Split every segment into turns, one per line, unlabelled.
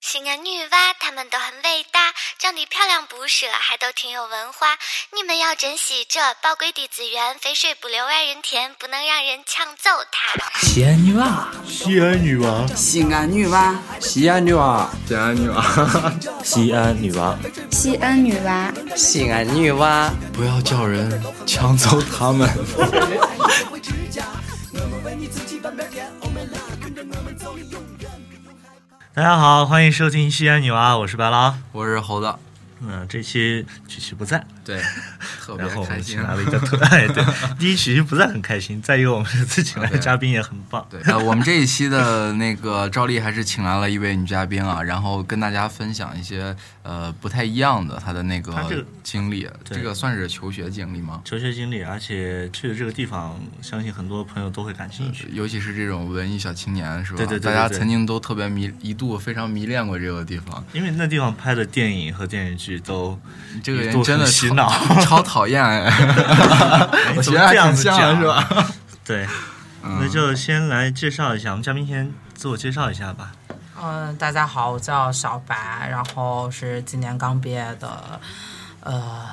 型男女娲他们都很伟大，长得漂亮不说，还都挺有文化。你们要珍惜这宝贵的资源，肥水不流外人田，不能让人抢走它。
西安女娃，
西安女娃，
西安女娃，
西安女娃，
西安女娃，
西安女娃，
西安女娃，
西安女娃，
不要叫人抢走他们。
大家好，欢迎收听西安女娃，我是白狼。
我是猴子，
嗯，这期曲奇不在，
对，特别
然后我
开
们
心
请。来了一个特 哎，对，第一曲奇不在很开心，再一个我们自己来的嘉宾也很棒。
啊 对，呃，我们这一期的那个照例还是请来了一位女嘉宾啊，然后跟大家分享一些呃不太一样的她的那
她这
个
个
经历。
对
这个算是求学经历吗？
求学经历，而且去的这个地方，相信很多朋友都会感兴趣。
尤其是这种文艺小青年是吧？
对对对
大
对
家
对
曾经都特别迷，一度非常迷恋过这个地方。
因为那地方拍的电影和电视剧都
这个
一
人
度
真的
很洗
超
脑
超讨 厌 哎！我觉
哎怎么
得还
这样
哎挺
子
像啊
讲啊
是吧？ 嗯
对，那就先来介绍一下，我们嘉宾先自我介绍一下吧。
嗯，大家好，我叫小白，然后是今年刚毕业的，呃，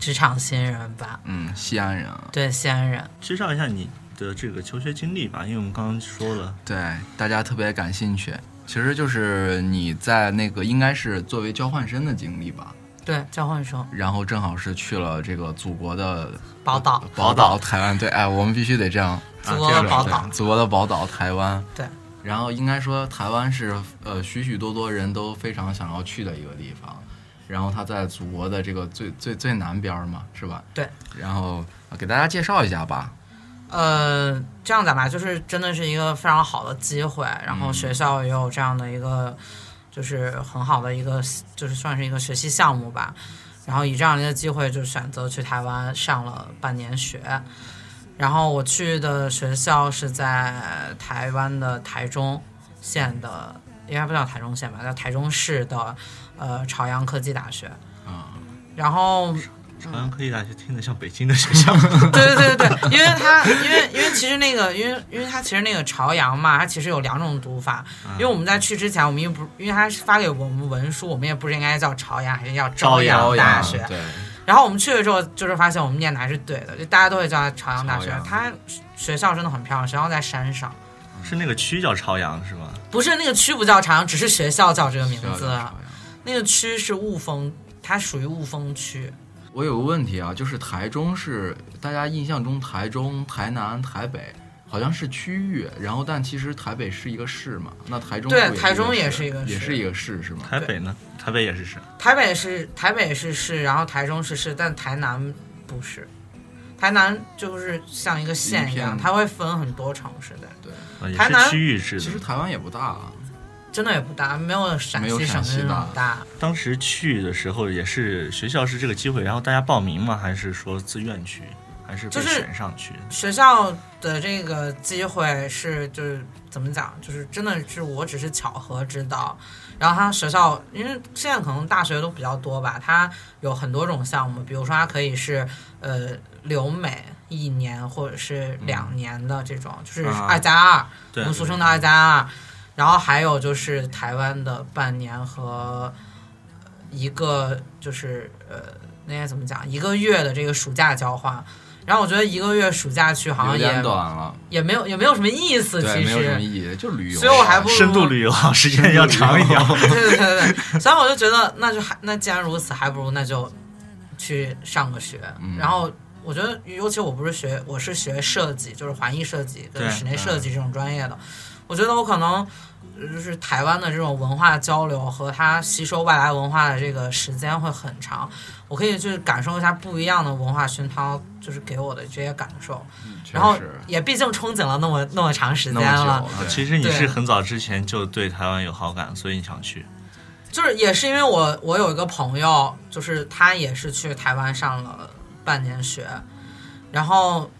职场新人吧，
嗯，西安人啊。
对，西安人。
介绍一下你的这个求学经历吧，因为我们刚刚说了，
对，大家特别感兴趣。其实就是你在那个应该是作为交换生的经历吧，
对，交换生，
然后正好是去了这个祖国的
宝岛，
宝岛台湾，对，哎，我们必须得这样，
祖国的宝岛，
对祖国的宝岛台湾，
对。
然后应该说台湾是呃许许多多人都非常想要去的一个地方，然后它在祖国的这个最最最南边儿嘛，是吧？
对。
然后呃给大家介绍一下吧，
呃，这样讲吧，就是真的是一个非常好的机会，然后学校也有这样的一个，就是很好的一个，就是算是一个学习项目吧。然后以这样的一个机会，就选择去台湾上了半年学。然后我去的学校是在台湾的台中县的，应该不叫台中县吧，叫台中市的，呃，朝阳科技大学。
啊、
然后
嗯
朝阳科技大学听着像北京的学校，
对对对对，因为它因为因为其实那个因为因为它其实那个朝阳嘛，它其实有两种读法。
嗯
因为我们在去之前，我们又不因为它是发给我们文书，我们也不知应该叫朝阳还是叫朝阳大学。
对，
然后我们去了之后，就是发现我们念的还是对的，就大家都会叫它朝阳大学
朝阳。
它学校真的很漂亮，学校在山上，
是那个区叫朝阳是吗？
不是那个区不叫朝阳，只是学校叫这个名
需要
字啊
叫。朝阳
那个区是雾峰，它属于雾峰区。
我有个问题啊，就是台中是大家印象中台中、台南、台北好像是区域，然后但其实台北是一个市嘛，那台中
对
不也
台中
也
也是一个市
也是一个市是吗？
台北呢？台北也是市。
台北是台北是市，然后台中是市，但台南不是。台南就是像一个县一
一
样，
片
它会分很多城市的，
对，
啊也
台南
是区域制
其实
的。
台湾也不大啊，
真的也不大，没有陕
没有
西省
陕西
的那种
大
大。
当时去的时候也是学校是这个机会，然后大家报名吗？还是说自愿去？还是被
就是
选上去？
学校的这个机会是就是怎么讲，就是真的是我只是巧合知道，然后他学校因为现在可能大学都比较多吧，它有很多种项目，比如说它可以是呃留美一年或者是两年的这种，就是
啊
二加二，我
对
们俗称的二加二，然后还有就是台湾的半年和一个就是呃那该怎么讲一个月的这个暑假交换。然后我觉得一个月暑假去好
有
像
点
也
短了，
也没啊有也没有什么意思，
对，
其
没有什么
实，
意义，就旅游。啊
所以我还不如
深度旅游 啊时间要长一点。
对对对对，所以我就觉得那就还那既然如此，还不如那就去上个学。
嗯
然后我觉得，尤其我不是学我是学设计，就是环艺设计跟
对
室内设计这种专业
嗯
的，我觉得我可能。呃就是台湾的这种文化交流和它吸收外来文化的这个时间会很长，我可以去感受一下不一样的文化熏陶，就是给我的这些感受。
确
然后
实
也毕竟憧憬了那么那么长时
那
间
么久
了，
了，
其
对
实你是
对
很早之前就对台湾有好感，所以你想去。
就是也是因为我我有一个朋友，就是他也是去台湾上了半年学，然后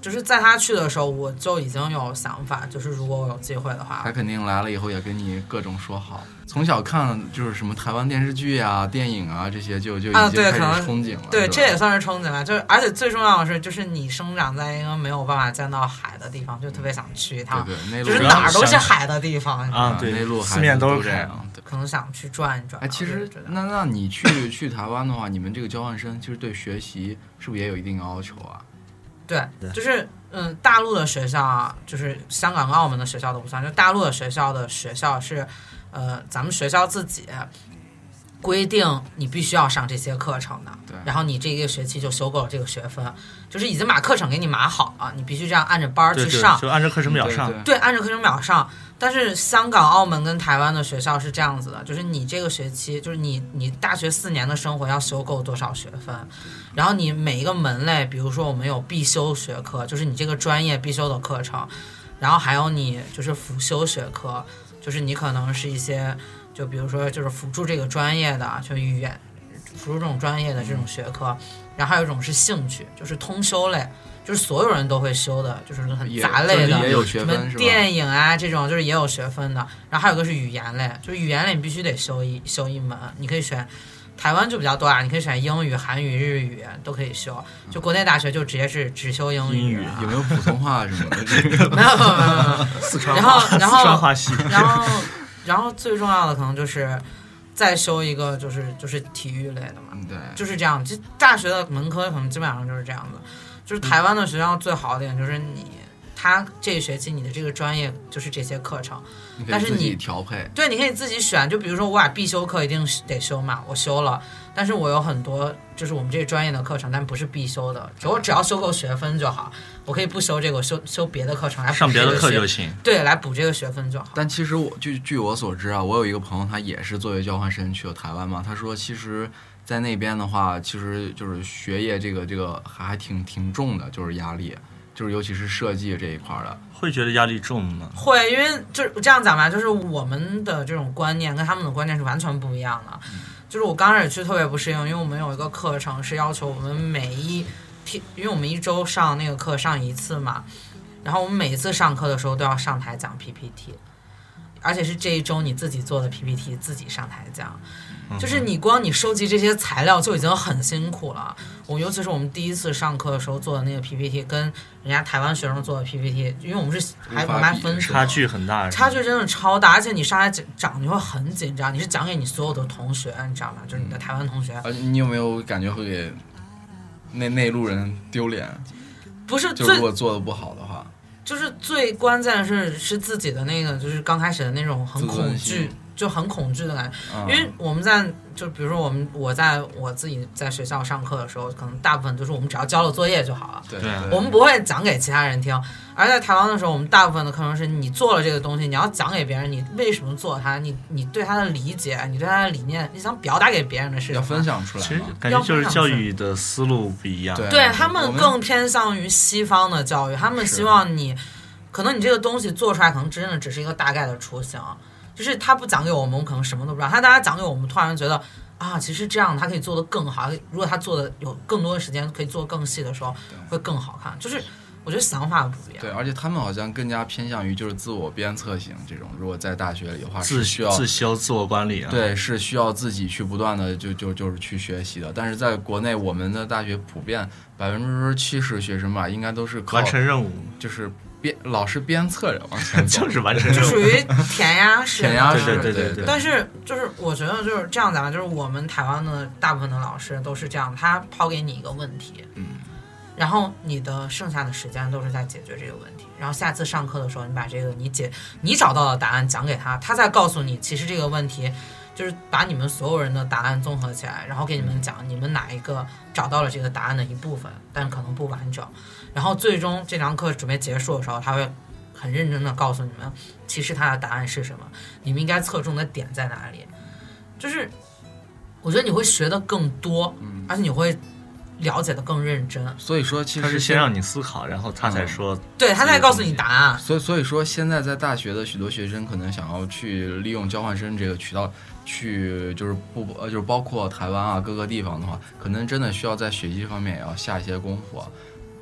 就是在他去的时候，我就已经有想法，就是如果我有机会的话
他，肯定来了以后也跟你各种说好。从小看就是什么台湾电视剧啊、电影啊这些，就就已
啊
经
对
开始
可能
憧憬了。吧
对，这也算是憧憬吧。就是而且最重要的是，就是你生长在一个没有办法见到海的地方，就特别想去一趟
对，对，那
就是
路
哪儿都
主
是
要是想
海的地方。
啊，对，
那路还
四面
都
是
这
海。
样，对，
可能想去转一转。啊
哎，其实那那你去去台湾的话，你们这个交换生其实对学习是不是也有一定要求啊？
对
对，
就是嗯，大陆的学校啊，就是香港、澳门的学校都不算，就大陆的学校的学校是，呃，咱们学校自己规定你必须要上这些课程的，
对
然后你这个学期就修够了这个学分，就是已经把课程给你码好了，你必须这样按着班儿
对
去
对，
上，
就按照课程表上。
嗯 对对
对，按着课程表上。但是香港、澳门跟台湾的学校是这样子的，就是你这个学期，就是你你大学四年的生活要修够多少学分，然后你每一个门类，比如说我们有必修学科，就是你这个专业必修的课程，然后还有你就是辅修学科，就是你可能是一些，就比如说就是辅助这个专业的，啊就语言辅助这种专业的这种学科，然后还有一种是兴趣，就是通修类。就是所有人都会修的，就是很
也
杂
就
类
是
的，
也有
什
学
么
分是吧？
电影啊这种就是也有学分的，然后还有一个是语言类，就是语言类你必须得修一修一门，你可以选台湾就比较多啊，你可以选英语、韩语、日语都可以修，就国内大学就直接是只修英
英
语
语
啊，
有没有普通话什么 的？
没有没有没有没有，
四川
然后然
四川
后
话系，
然后然后最重要的可能就是再修一个就是就是体育类的嘛，
嗯对，
就是这样。就大学的门科可能基本上就是这样子。就是台湾的学校最好的点就是你，他这一学期你的这个专业就是这些课程，
你可以
但是
自己
你
调配，
对，你可以自己选。就比如说我把必修课一定是得修嘛，我修了，但是我有很多就是我们这个专业的课程，但不是必修的，只我只要修够学分就好。我可以不修这个，我修修别的课程来补
上别
这
的
个
课
学
就行。
对，来补这个学分就好。
但其实我据据我所知啊，我有一个朋友，他也是作为交换生去了台湾嘛。他说，其实，在那边的话，其实就是学业这个这个还还挺挺重的，就是压力，就是尤其是设计这一块儿的。
会觉得压力重吗？
会，因为就是这样讲吧，就是我们的这种观念跟他们的观念是完全不一样的。
嗯
就是我刚开始去特别不适应，因为我们有一个课程是要求我们每一天，因为我们一周上那个课上一次嘛，然后我们每一次上课的时候都要上台讲 PPT，而且是这一周你自己做的 PPT 自己上台讲。
嗯
就是你光你收集这些材料就已经很辛苦了，我尤其是我们第一次上课的时候做的那个 PPT，跟人家台湾学生做的 PPT，因为我们是还
无
我
法
们还
比
分
是
组
吧
差距很大，
差距真的超大，而且你上来讲讲你会很紧张，你是讲给你所有的同学，你知道吗？就是你
嗯
的台湾同学，
而呃你有没有感觉会给内内陆人丢脸？
不是
就如
最
果做的不好的话，
就是最关键的是是自己的那个，就是刚开始的那种很
自尊
恐
心
惧，就很恐惧的感觉。
嗯、
因为我们在就比如说我们我在我自己在学校上课的时候，可能大部分就是我们只要交了作业就好了。
对
对啊
我们不会讲给其他人听，而在台湾的时候，我们大部分的课程是你做了这个东西，你要讲给别人，你为什么做它，你你对它的理解，你对它的理念，你想表达给别人的是
要
什
分
么？
享出来
其实
嘛。
感觉就是教育的思路不一样。
对
对他
我
们
们
更偏向于西方的教育，他们
是
希望你，可能你这个东西做出来，可能真的只是一个大概的雏形，就是他不讲给我们，我们可能什么都不知道。他大家讲给我们，突然觉得啊，其实这样他可以做得更好。如果他做的有更多的时间，可以做得更细的时候，会更好看。就是我觉得想法不一样。
对，而且他们好像更加偏向于就是自我鞭策型这种。如果在大学里的话，
自
是需要
自修、自我管理啊。
对，是需要自己去不断的就就就是去学习的。但是在国内，我们的大学普遍百分之七十学生吧，应该都是靠
完成 任务
就是鞭老师鞭策着往前走，
就是完成
就
任
属
务。
于填 鸭式的。
填鸭
对
式。
对对
对
对
但是就是我觉得就是这样讲吧，就是我们台湾的大部分的老师都是这样，他抛给你一个问题，嗯，然后你的剩下的时间都是在解决这个问题，然后下次上课的时候，你把这个你解你找到的答案讲给他，他再告诉你，其实这个问题。就是把你们所有人的答案综合起来，然后给你们讲你们哪一个找到了这个答案的一部分，但可能不完整。然后最终这堂课准备结束的时候，他会很认真的告诉你们，其实它的答案是什么。你们应该侧重的点在哪里？就是我觉得你会学的更多，而且你会了解的更认真。
所以说，其
他
实
是
现
先让你思考，然后他
嗯
才说
对他在告诉你答案，
所以所以说，现在在大学的许多学生可能想要去利用交换生这个渠道去，就是不呃，就是包括台湾啊各个地方的话，可能真的需要在学习方面也要下一些功夫啊，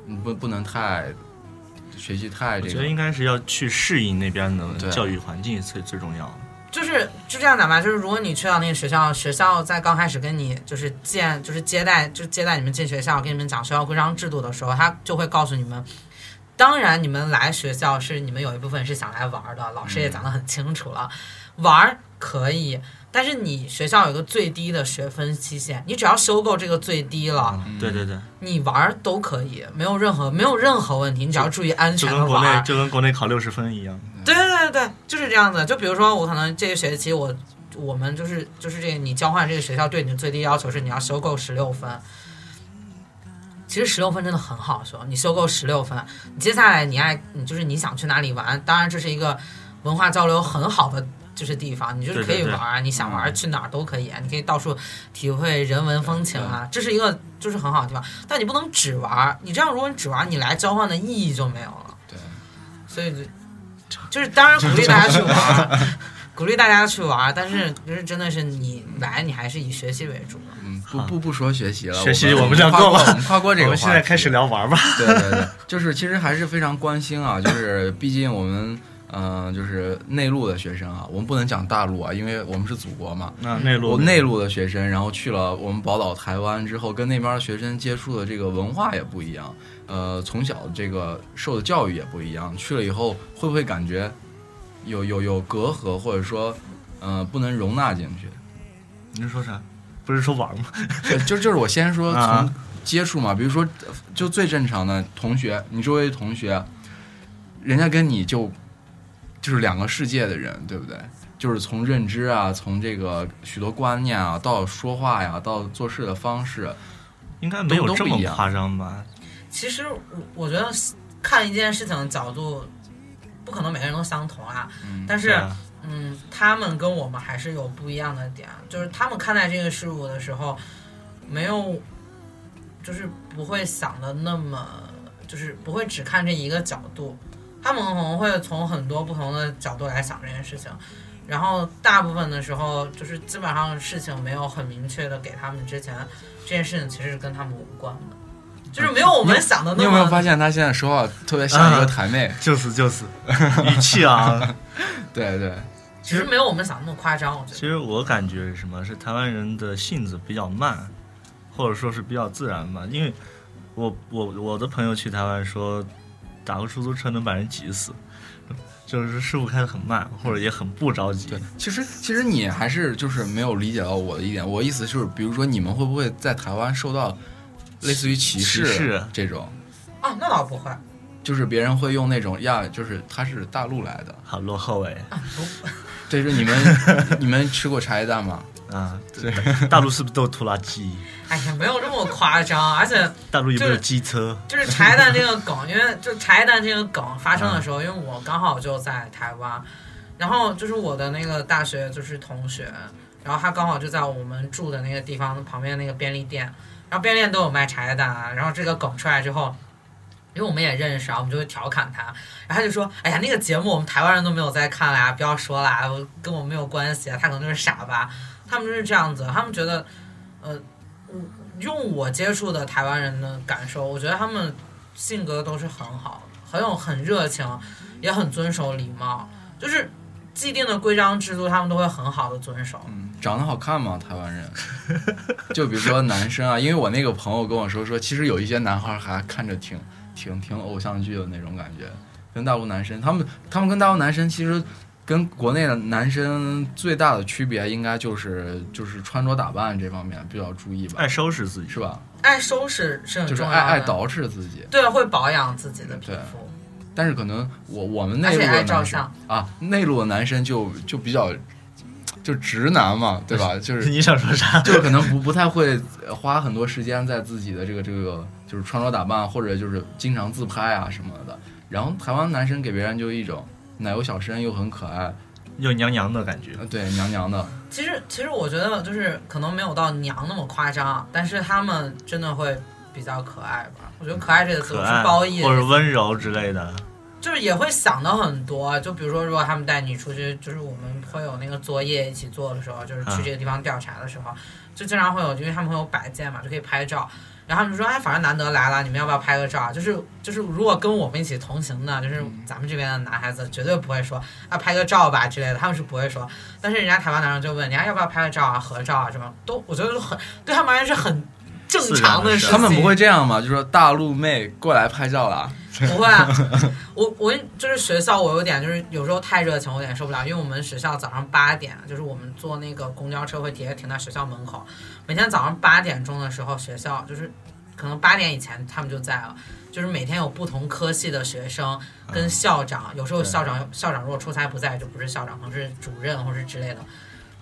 嗯不不能太学习太
我
这
觉得
个
应该是要去适应那边
对
的教育环境最最重要的。
就是就这样讲吧。就是如果你去到那个学校，学校在刚开始跟你就是见就是接待就是接待你们进学校，跟你们讲学校规章制度的时候，他就会告诉你们。当然，
嗯
你们来学校是你们有一部分是想来玩儿的，老师也讲得很清楚了。玩儿可以，但是你学校有个最低的学分期限，你只要修够这个最低
啊
了，
嗯对对对，
你玩儿都可以，没有任何没有任何问题，你只要注意安
就
全
跟
的
国
玩
内
儿。
就跟国内考六十分一样。
对对对对，就是这样子。就比如说，我可能这个学期我我们就是就是这个你交换这个学校对你的最低要求是你要修够十六分。其实十六分真的很好修，你修够十六分，你接下来你爱你就是你想去哪里玩，当然这是一个文化交流很好的就是地方，你就是可以玩啊，你想玩儿去哪儿都可以啊，你可以到处体会人文风情啊，这是一个就是很好的地方。但你不能只玩儿，你这样如果你只玩儿，你来交换的意义就没有了。
对，
所以就就是当然鼓励大家去玩 儿，鼓励大家去玩儿，但是就是真的是你来，你还是以学习为主。
嗯，不不不说学习了，
学习
我
我们这样
跨
够
过
了
我们跨过这个
我
话
们
题，
现在开始聊玩吧。
对对对，就是其实还是非常关心啊，就是毕竟我们嗯、呃就是内陆的学生啊，我们不能讲大陆啊，因为我们是祖国嘛。
那内陆
嗯我内陆的学生，然后去了我们宝岛台湾之后，跟那边的学生接触的这个文化也不一样，呃，从小这个受的教育也不一样。去了以后，会不会感觉有有有隔阂，或者说，呃，不能容纳进去？
您说啥？不是说玩吗？
就就就是我先说从
啊
接触嘛，比如说呃就最正常的同学，你周围的同学，人家跟你就就是两个世界的人，对不对？就是从认知啊，从这个许多观念啊，到说话呀，到做事的方式，
应该没有
都
这
都不
么
一样
夸张吧？
其实我我觉得看一件事情的角度，不可能每个人都相同啊，
嗯，
但
对
是
啊
嗯，他们跟我们还是有不一样的点，啊就是他们看待这个事物的时候，没有，就是不会想的那么，就是不会只看这一个角度，他们可能会从很多不同的角度来想这件事情，然后大部分的时候就是基本上事情没有很明确的给他们之前，这件事情其实是跟他们无关的，就是没有我们想的
你
那
有没有发
么。
现他现在说话特别像一个
啊
台 妹？
就是就是，语气啊。
对对，
其实没有我们想的那么夸张，我觉得
其。实我感觉是什么是台湾人的性子比较慢，或者说是比较自然吧。因为我我我的朋友去台湾说，打个出租车能把人挤死，就是师傅开的很慢，或者也很不着急。
对，其实其实你还是就是没有理解到我的一点，我意思就是，比如说你们会不会在台湾受到类似于歧
歧视
这种？
啊，那倒不会，
就是别人会用那种呀，就是他是大陆来的，
好落后哎
啊
对，就你们你们吃过茶叶蛋吗？
啊！大陆是不是都拖拉机？
哎呀，没有这么夸张，而且
大陆有没
就
有
是
机车？
就是茶叶蛋这个梗，因为就茶叶蛋这个梗发生的时候，因为我刚好就在台湾，然后就是我的那个大学就是同学，然后他刚好就在我们住的那个地方旁边那个便利店，然后便利店都有卖茶叶蛋啊，然后这个梗出来之后。因为我们也认识啊，我们就会调侃他，然后他就说：“哎呀，那个节目我们台湾人都没有在看啊啦，不要说啦，我跟我没有关系啊，他可能就是傻吧。”他们就是这样子，他们觉得，呃，我用我接触的台湾人的感受，我觉得他们性格都是很好，很有很热情，也很遵守礼貌，就是既定的规章制度，他们都会很好的遵守。
嗯，长得好看吗？台湾人，就比如说男生啊，因为我那个朋友跟我说说，其实有一些男孩还看着挺挺挺偶像剧的那种感觉，跟大陆男生，他们他们跟大陆男生其实跟国内的男生最大的区别，应该就是就是穿着打扮这方面比较注意吧
爱，收拾自己
是吧？
爱收拾是很
就是
重要
爱
的，
爱捯饬自己。
对，会保养自己的皮
对
肤。
但是可能我我们内
而
陆
且
的
爱照
男生
相
啊，内陆的男生就就比较就直男嘛，对吧？就是
你想说啥？
就是可能不不太会呃花很多时间在自己的这个这个就是穿着打扮或者就是经常自拍啊什么的。然后台湾男生给别人就一种奶油小生又很可爱，
又娘娘的感觉
呃，对娘娘的，
其实，其实我觉得就是可能没有到娘那么夸张，但是他们真的会比较可爱吧。我觉得“可爱”这个词
可
不
爱
是褒义，
或者温柔之类
啊
的。
就是也会想的很多，啊就比如说，如果他们带你出去，就是我们会有那个作业一起做的时候，就是去这个地方调查的时候，就经常会有，因为他们会有摆件嘛，就可以拍照。然后他们就说，哎，反正难得来了，你们要不要拍个照啊？就是就是，如果跟我们一起同行的，就是咱们这边的男孩子绝对不会说啊拍个照吧之类的，他们是不会说。哎但是人家台湾男生就问你，啊要不要拍个照啊、合照啊什么，都我觉得都很对他们而言是很正
自
常的事
然的事
情。
他们不会这样吗？就说大陆妹过来拍照了，
不会啊，我我就是学校，我有点就是有时候太热情，我有点受不了。因为我们学校早上八点，就是我们坐那个公交车会直接停到学校门口。每天早上八点钟的时候，学校就是可能八点以前他们就在了。就是每天有不同科系的学生跟校长，有时候
对
校长校长如果出差不在，就不是校长，可能是主任或是之类的，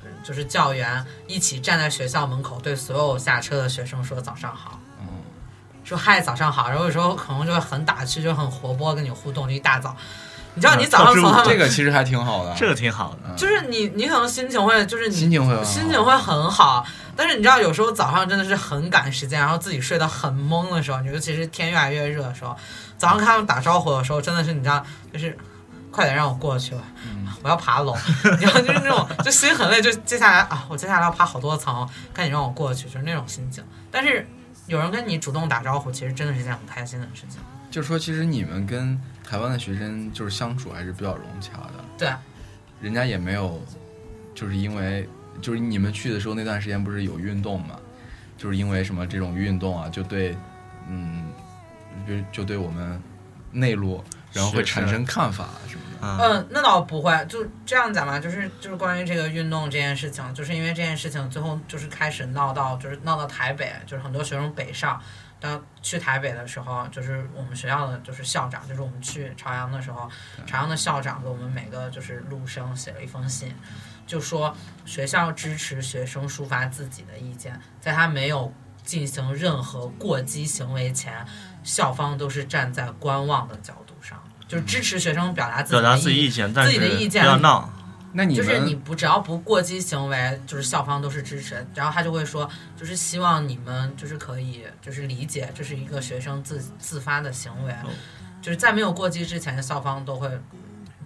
嗯就是教员一起站在学校门口，对所有下车的学生说早上好。
嗯，
说嗨，早上好。然后有时候可能就会很打趣，就很活泼，跟你互动。就一大早，你知道你早上从他
啊这
们，
个其实还挺好的，
这个挺好的。
就是你，你可能心情会，就是你
嗯心情会很好
心情会很好。但是你知道，有时候早上真的是很赶时间，然后自己睡得很懵的时候，尤其是天越来越热的时候，早上看他们打招呼的时候，真的是你知道，就是快点让我过去吧，
嗯
我要爬楼，然后就是那种就心很累，就接下来啊，我接下来要爬好多层，赶紧让我过去，就是那种心情。但是有人跟你主动打招呼，其实真的是一件很开心的事情。
就说其实你们跟台湾的学生就是相处还是比较融洽的，
对，
人家也没有，就是因为就是你们去的时候那段时间不是有运动嘛，就是因为什么这种运动啊，就对，嗯，就就对我们内陆，然后会
是是
产生看法什么的。
啊，
嗯，那倒不会，就这样讲吧，就是就是关于这个运动这件事情，就是因为这件事情最后就是开始闹到就是闹到台北，就是很多学生北上，当去台北的时候，就是我们学校的就是校长，就是我们去朝阳的时候，朝阳的校长给我们每个就是陆生写了一封信，就说学校支持学生抒发自己的意见，在他没有进行任何过激行为前，校方都是站在观望的角度上，就是支持学生表达自己
表达自
的
己
意
意见，但
自
是
己的意见
不要闹。
那你
就是
们
你不只要不过激行为，就是校方都是支持。然后他就会说，就是希望你们就是可以就是理解，这是一个学生自自发的行为
哦，
就是在没有过激之前，校方都会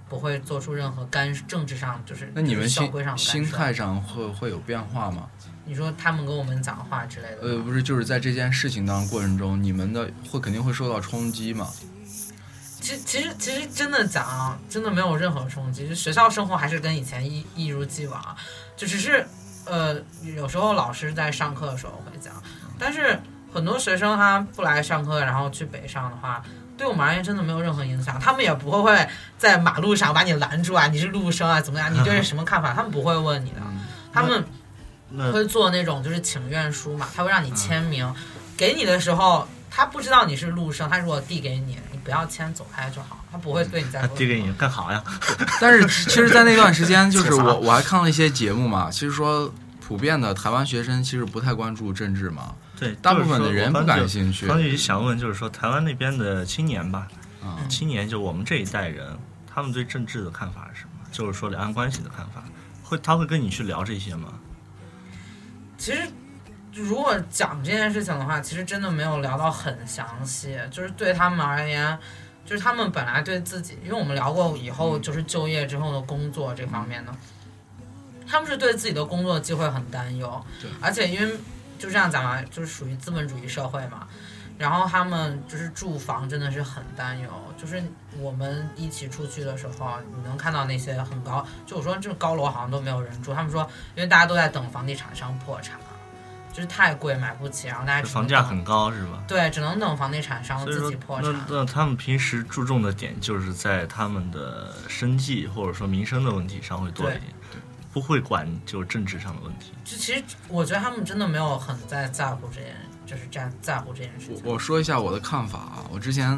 不会做出任何干政治上就是
那你们
就是校
心
规上的干涉
心，态上会会有变化吗？
你说他们跟我们讲话之类的，
呃，不是，就是在这件事情当过程中，你们的会肯定会受到冲击嘛？
其实其实其实真的讲啊，真的没有任何冲击，就学校生活还是跟以前一一如既往，就只是呃有时候老师在上课的时候会讲，但是很多学生他不来上课，然后去北上的话。对我们而言真的没有任何影响，他们也不会会在马路上把你拦住啊，你是陆生啊，怎么样？你对这什么看法？他们不会问你的，
嗯
他们
那
会做那种就是请愿书嘛，他会让你签名，
嗯
给你的时候他不知道你是陆生，他如果递给你，你不要签，走开就好，他不会对你
嗯
再
他
说。
递给你，干啥呀？
但是其实，在那段时间，就是
吐
我
槽
我还看了一些节目嘛，其实说普遍的台湾学生其实不太关注政治嘛，
对，
大部分
就
的
是说
人
我
不
刚
感
就
兴趣。
刚就想问，就是说台湾那边的青年吧，
啊、
青年就我们这一代人，他们对政治的看法是什么？就是说两岸关系的看法，会他会跟你去聊这些吗？
其实如果讲这件事情的话，其实真的没有聊到很详细，就是对他们而言。就是他们本来对自己，因为我们聊过以
嗯
后就是就业之后的工作这方面的，
嗯
他们是对自己的工作机会很担忧
对，
而且因为就这样讲嘛，就是属于资本主义社会嘛，然后他们就是住房真的是很担忧，就是我们一起出去的时候，你能看到那些很高，就我说这高楼好像都没有人住，他们说因为大家都在等房地产商破产，就是太贵买不起，然后大家
就
只能
房价
等
很高是吧？
对，只能等房地产商
所以
自
说
己，破
那
产。
那他们平时注重的点就是在他们的生计或者说民生的问题上会多一点，不会管就政治上的问题。
就其实我觉得他们真的没有很在在乎这件，就是在在乎这件事情。
我我说一下我的看法啊，我之前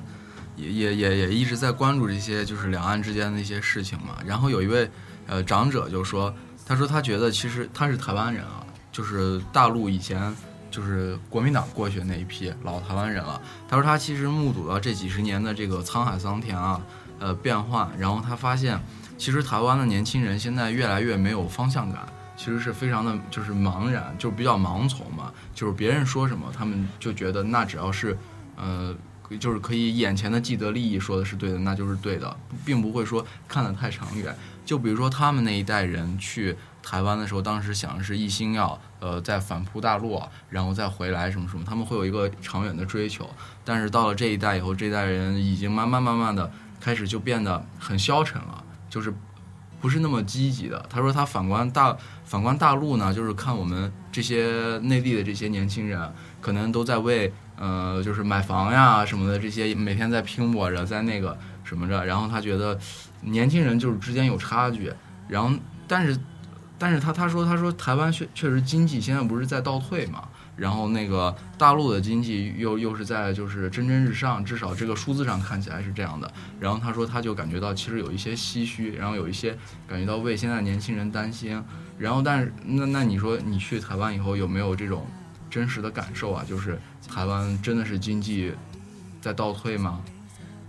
也也也也一直在关注这些就是两岸之间的一些事情嘛。然后有一位呃长者就说，他说他觉得其实他是台湾人啊，就是大陆以前就是国民党过去的那一批老台湾人了。他说他其实目睹了这几十年的这个沧海桑田啊，呃变换，然后他发现其实台湾的年轻人现在越来越没有方向感。其实是非常的，就是茫然，就比较盲从嘛，就是别人说什么，他们就觉得那只要是，呃，就是可以眼前的既得利益说的是对的，那就是对的，并不会说看得太长远。就比如说他们那一代人去台湾的时候，当时想的是一心要呃再反扑大陆，然后再回来什么什么，他们会有一个长远的追求。但是到了这一代以后，这一代人已经慢慢慢慢的开始就变得很消沉了，就是不是那么积极的。他说他反观大反观大陆呢，就是看我们这些内地的这些年轻人，可能都在为呃就是买房呀什么的这些每天在拼搏着，在那个什么着。然后他觉得年轻人就是之间有差距，然后但是但是他他说他说台湾确确实经济现在不是在倒退嘛。然后那个大陆的经济又又是在就是蒸蒸日上，至少这个数字上看起来是这样的。然后他说他就感觉到其实有一些唏嘘，然后有一些感觉到为现在年轻人担心。然后但是那那你说你去台湾以后有没有这种真实的感受啊？就是台湾真的是经济在倒退吗？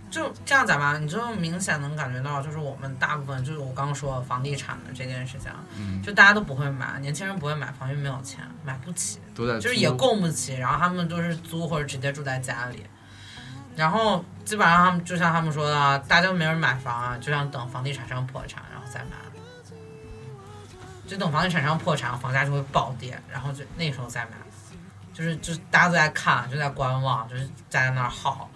就这样讲吧，你就明显能感觉到，就是我们大部分就是我刚刚说的房地产的这件事情，啊
嗯，
就大家都不会买，年轻人不会买房，因为没有钱，买不起。
都在
就是
租
也供不起，然后他们都是租或者直接住在家里，然后基本上他们就像他们说的啊，大家都没人买房啊，就像等房地产商破产然后再买，就等房地产商破产，房价就会暴跌，然后就那时候再买，就是就是大家都在看，就在观望，就是在那儿耗。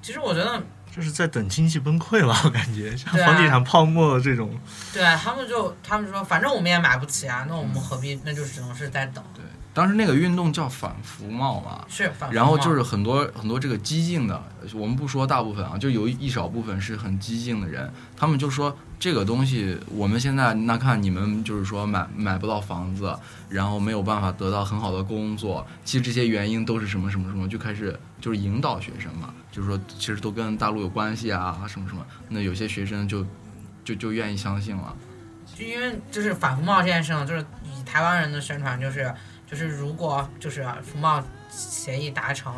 其实我觉得，
就是在等经济崩溃吧，我感觉像
对啊
房地产泡沫这种，
对啊他们就他们说，反正我们也买不起啊，那我们何必？那就只能是在等，
对，当时那个运动叫反服贸嘛，
是
啊
反复
然后
嘛
就是很多很多这个激进的，我们不说大部分啊，就有一少部分是很激进的人，他们就说这个东西我们现在那看你们就是说买买不到房子，然后没有办法得到很好的工作，其实这些原因都是什么什么什么，就开始就是引导学生嘛，就是说其实都跟大陆有关系啊什么什么，那有些学生就就就愿意相信了，
就因为就是反服贸这件事情，就是以台湾人的宣传，就是就是如果就是服贸协议达成，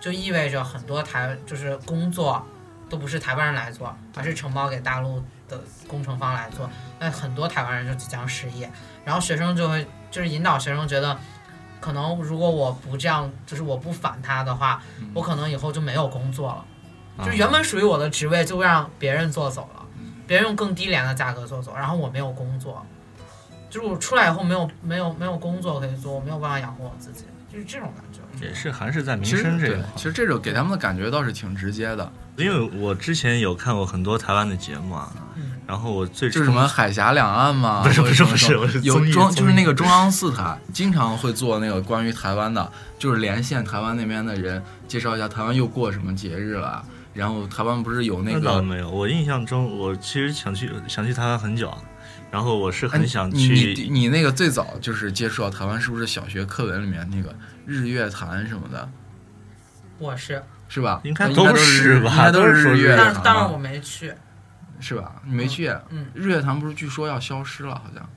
就意味着很多台就是工作都不是台湾人来做，而是承包给大陆的工程方来做，那很多台湾人就即将失业，然后学生就会就是引导学生觉得。可能如果我不这样，就是我不反他的话，我可能以后就没有工作了。就原本属于我的职位就让别人做走了，别人用更低廉的价格做走，然后我没有工作，就是我出来以后没有没有没有工作可以做，我没有办法养活我自己，就是这种感觉。
也是还是在民
其实
生这一
对
块，。
其实这种给他们的感觉倒是挺直接的，
因为我之前有看过很多台湾的节目啊，
嗯
然后我最
就是什么海峡两岸嘛，
不是
或者
不是
什么
不是
什么
我是综
有
艺
中
综艺
就是那个中央四台经常会做那个关于台湾的，就是连线台湾那边的人，介绍一下台湾又过什么节日了。然后台湾不是有那
倒
个，
没有，我印象中我其实想去想去台湾很久啊，然后我是
哎
很想
你你
去，
你那个最早就是接触到台湾，是不是小学课文里面那个日月潭什么的，
我是，
是吧？
应该
应该
都
是
是
日
吧
应该都
都是
日月
但
潭
是
吧，
但是我没去，
是吧？你没去？
嗯，
日月潭不是据说要消失了，好像，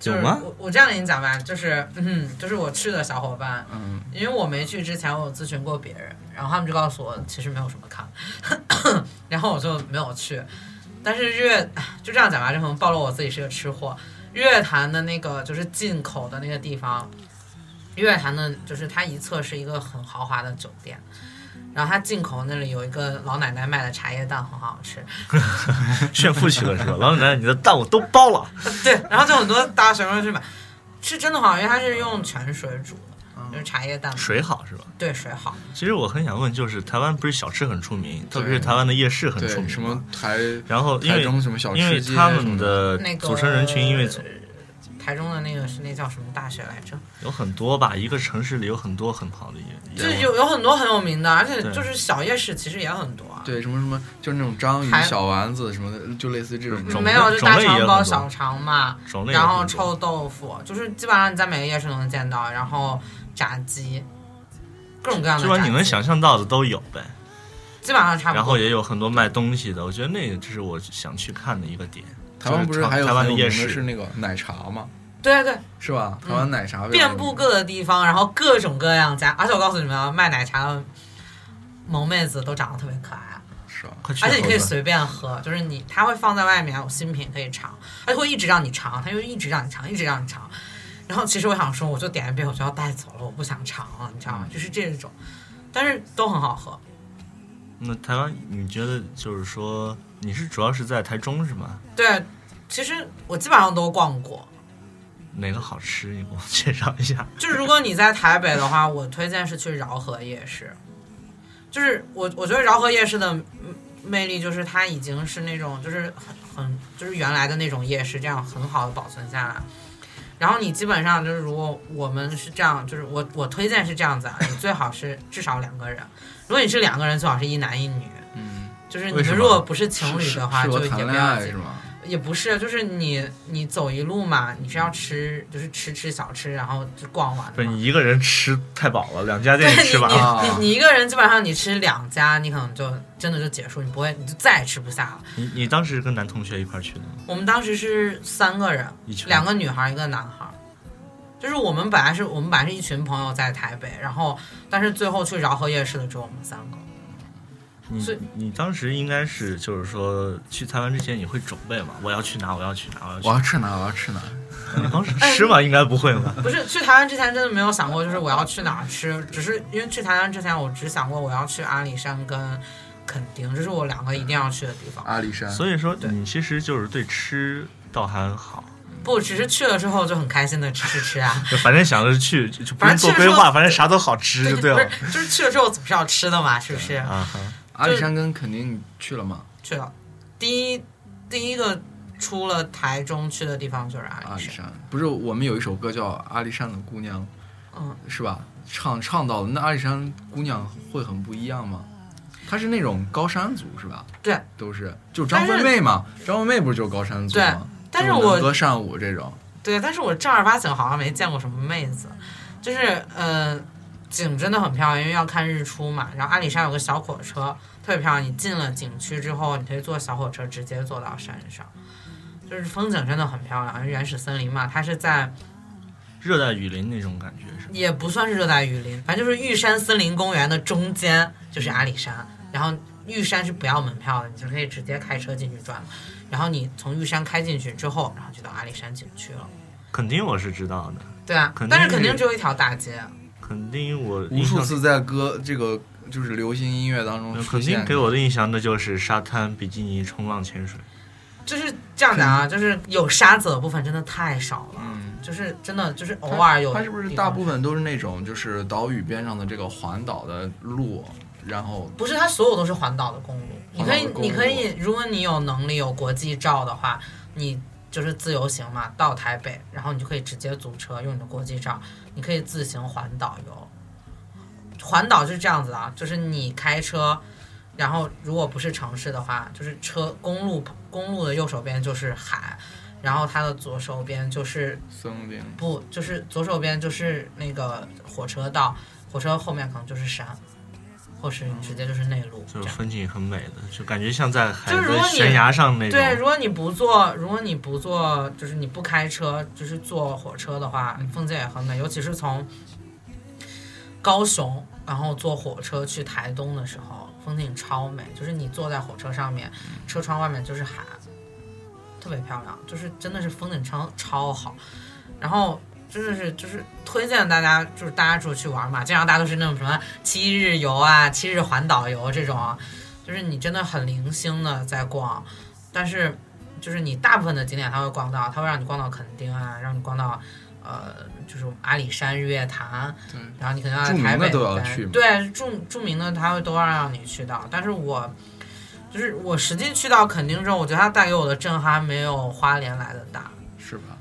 就是
有吗
我我这样跟你讲吧，就是嗯，就是我去的小伙伴，
嗯，
因为我没去之前我有咨询过别人，然后他们就告诉我其实没有什么看， 然后我就没有去。但是日月唉就这样讲吧，就可能暴露我自己是个吃货。日月潭的那个就是进口的那个地方，日月潭的就是它一侧是一个很豪华的酒店，然后它进口那里有一个老奶奶卖的茶叶蛋很好吃，
炫富去了是吧？老奶奶，你的蛋我都包了，
对，然后就很多大学生去买，是真的好，因为它是用泉水煮的，就是茶叶蛋嘛，
水好是吧？
对水好。
其实我很想问，就是台湾不是小吃很出名，特别
对
是台湾的夜市很出
对，
名，
什么？台
然后因
台
为
中什么小
因
吃
为
街
他
什么
们
的
的
那个
组成人群，因为
台中的那个是那叫什么大学来着？
有很多吧，一个城市里有很多很好的夜，
就是有有很多很有名的，而且
对
就是小夜市其实也很多啊。
对，什么什么，就是那种章鱼
还
小丸子什么的，就类似这种。
种
没有
类
就大
种类也
肠
很
包
多
小肠嘛，
种类也
然后
很多
臭豆腐，就是基本上你在每个夜市都能见到，然后炸鸡，各种各样的
基
炸
本
鸡，
上你能想象到的都有呗。
基本上差不多。
然后也有很多卖东西的，我觉得那个就是我想去看的一个点。
台湾不是还有
嗯台湾
很
的
有名
夜
的
市
是那个奶茶嘛，
对对
是吧？台湾奶茶比
对，
较有名
嗯遍布各个地方，然后各种各样家，而且我告诉你们啊，卖奶茶的萌妹子都长得特别可爱。啊
是吧？
快去
而且你可以
猴子
随便喝，就是你它会放在外面有新品可以尝，它就会一直让你尝，它就一直让你尝，一直让你尝。然后其实我想说，我就点一杯我就要带走了，我不想尝了，你知道吗？就是这种，但是都很好喝。
那台湾，你觉得就是说，你是主要是在台中是吗？
对，其实我基本上都逛过。
哪个好吃？你给我介绍一 下。
就是如果你在台北的话，我推荐是去饶河夜市。就是我我觉得饶河夜市的嗯魅力就是它已经是那种就是很很就是原来的那种夜市这样很好的保存下来。然后你基本上就是，如果我们是这样，就是我我推荐是这样子啊，你最好是至少两个人。如果你是两个人，最好是一男一女。
嗯，
就是你
为什
们
么
如果不是情侣
是
的话，
是
就
我
也
谈
不
恋
要
爱
紧
是。吗？
也不是，就是你你走一路嘛，你是要吃，就是吃吃小吃，然后就逛完
不
的
是
嘛。
你一个人吃太饱了，两家
对
店
你
你吃完了。
啊
你你你一个人基本上你吃两家，你可能就真的就结束，你不会你就再也吃不下了。
你你当时跟男同学一块儿去的吗？
我们当时是三个人，
一群
两个女孩儿一个男孩儿，就是我们本来是我们本来是一群朋友在台北，然后但是最后去饶河夜市的只有我们三个。
你
所以
你当时应该是就是说去台湾之前你会准备吗？我要去哪？我要去哪？我要去
我
哪
要吃哪？我要吃哪？
你当时吃
哎
吗？应该不会吧？
不是 去台湾之前真的没有想过，就是我要去哪儿吃， 只是因为去台湾之前我只想过我要去阿里山跟垦丁，这是我两个一定要去的地
啊
方。
阿里山。
所以说
对
你其实就是对吃倒还好，
不，只是去了之后就很开心的吃吃吃啊，
就反正想着去就就不
反
用
正
做
去
规
的时候
划，反正啥都好吃 就对
不
了
是，就是去了之后总是要吃的嘛，是不是？
啊哈。
阿里山跟肯定你去了吗？
去了，第一第一个出了台中去的地方就是
阿
阿
里
里山，
山不是我们有一首歌叫《阿里山的姑娘
嗯，》，
是吧？唱唱到了，那阿里山姑娘会很不一样吗？她是那种高山族是吧？
对，
都是就张
但
惠
是
妹嘛，张惠妹不是就是高山族
对
吗？
但是
就
我
能歌善舞这种，
对，但是我正儿八经好像没见过什么妹子，就是呃，景真的很漂亮，因为要看日出嘛。然后阿里山有个小火车，特别漂亮。你进了景区之后，你可以坐小火车直接坐到山上，就是风景真的很漂亮。因为原始森林嘛，它是在
热带雨林那种感觉是吧？
也不算是热带雨林，反正就是玉山森林公园的中间就是阿里山，然后玉山是不要门票的，你就可以直接开车进去转。然后你从玉山开进去之后，然后就到阿里山景区了。
肯定我是知道的，
对啊
肯，定
但是肯
是
定只有一条大街。
肯定我
无
印
数
象
次在歌这个就是流行音乐当中出
肯
现
嗯定给我的印象那就是沙滩、比基尼、冲浪、潜水。
就是这样的啊，就是有沙子的部分真的太少了，
嗯
就是真的就是偶
它
尔有。
它是不是大部？分都是那种就是岛屿边上的这个环岛的路，然后
不是，它所有都是环岛的公路。你
环
可
岛
以
的，公路
你可以，如果你有能力有国际照的话，你就是自由行嘛，到台北，然后你就可以直接租车，用你的国际照，你可以自行环岛游。环岛是这样子的啊，就是你开车，然后如果不是城市的话，就是车公路公路的右手边就是海，然后它的左手边就是
森林
不，就是左手边就是那个火车道，火车后面可能就是山，或是你直接就是内陆这
就是
样。
风景很美的，就感觉像在海
就是如果
的
你
悬崖上那
对，
种。
如果你不坐，如果你不坐，就是你不开车，就是坐火车的话，
嗯
风景也很美，尤其是从高雄，然后坐火车去台东的时候，风景超美。就是你坐在火车上面，
嗯
车窗外面就是海，特别漂亮，就是真的是风景超超好。然后真的是就是推荐大家，就是大家出去玩嘛，经常大家都是那种什么七日游啊、七日环岛游这种啊，就是你真的很零星的在逛，但是就是你大部分的景点它会逛到，它会让你逛到垦丁啊，让你逛到。呃，就是阿里山日月潭，
对
然后你可能要
著名的
台北
都要
待
去嘛
对，著著名的它会都要让你去到，但是我就是我实际去到垦丁之后，我觉得它带给我的震撼没有花莲来的大，
是吧？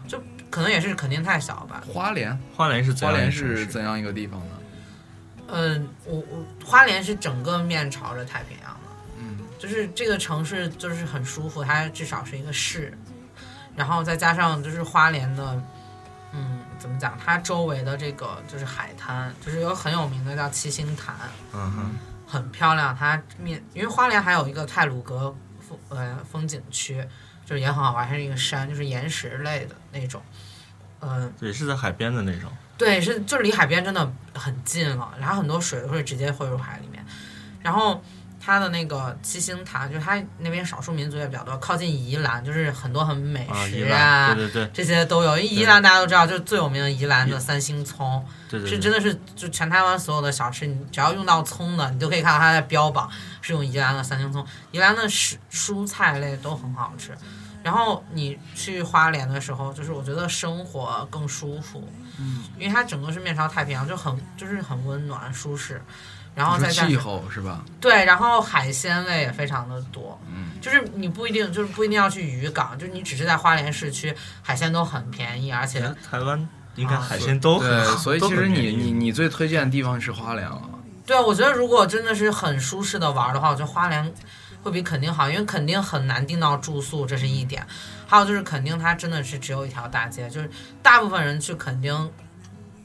可能也是垦丁太小吧。
花莲，
花莲是怎
花
样
莲
的城市
是怎样一个地方呢？
嗯，我我花莲是整个面朝着太平洋的，
嗯，
就是这个城市就是很舒服，它至少是一个市，然后再加上就是花莲的，嗯，怎么讲？它周围的这个就是海滩，就是有很有名的叫七星潭，
嗯哼，
很漂亮。它面因为花莲还有一个泰鲁阁风呃风景区，就是也很好玩，它是一个山，就是岩石类的那种，嗯、
也是在海边的那种。
对，是就是离海边真的很近了，然后很多水会直接汇入海里面。然后它的那个七星潭，就是它那边少数民族也比较多，靠近宜兰，就是很多很美
啊，
食
宜
啊，
兰，对对
这些都有。因为宜兰大家都知道，就是最有名的宜兰的三星葱，
对对
是
对
真
对，
的是就全台湾所有的小吃，你只要用到葱的，你都可以看到它在标榜是用宜兰的三星葱。宜兰的蔬蔬菜类都很好吃。然后你去花莲的时候，就是我觉得生活更舒服，嗯，因为它整个是面朝太平洋，就很就是很温暖舒适。然后
你
再
说
加
气候是吧？
对，然后海鲜类也非常的多，
嗯，
就是你不一定就是不一定要去渔港，就是你只是在花莲市区，海鲜都很便宜，而且
台湾应该
啊
海鲜都很
对
好，，
所以
都
其
很
实你
便宜
你你最推荐的地方是花莲了。
对，啊我觉得如果真的是很舒适的玩儿的话，我觉得花莲会比垦丁好，因为垦丁很难订到住宿，这是一点。还有就是垦丁，它真的是只有一条大街，就是大部分人去垦丁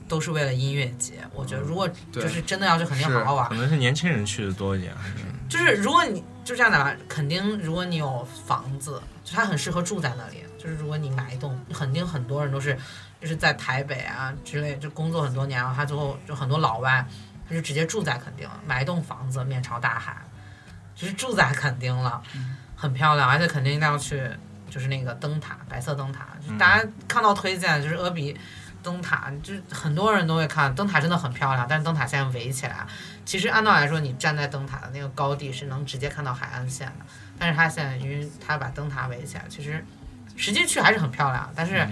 都是为了音乐节。我觉得如果
对
就是真的要去垦丁
是
好好玩
可
儿，
能是年轻人去的多一点，还是
就是如果你就这样的吧，垦丁如果你有房子，就它很适合住在那里。就是如果你买一栋，垦丁很多人都是就是在台北啊之类，就工作很多年，然后他最后就很多老外，他就直接住在垦丁，买一栋房子面朝大海，就是住在垦丁了，很漂亮，而且垦丁一定要去，就是那个灯塔，白色灯塔，就大家看到推荐就是阿比。灯塔就是很多人都会看，灯塔真的很漂亮，但是灯塔现在围起来，其实按道理来说，你站在灯塔的那个高地是能直接看到海岸线的，但是它现在因为它把灯塔围起来，其实实际去还是很漂亮，但是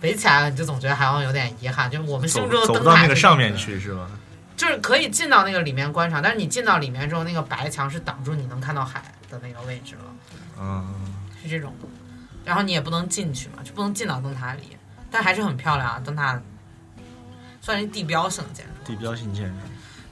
围起来了你就总觉得好像有点遗憾，就是我们
嗯
心
走
目中的
走不
灯
到那
塔是
个
一
上面去是吧？
就是可以进到那个里面观赏，但是你进到里面之后，那个白墙是挡住你能看到海的那个位置了，
嗯，
是这种。然后你也不能进去嘛，就不能进到灯塔里，但还是很漂亮啊，灯塔算是地标性的建筑。
地标性建筑，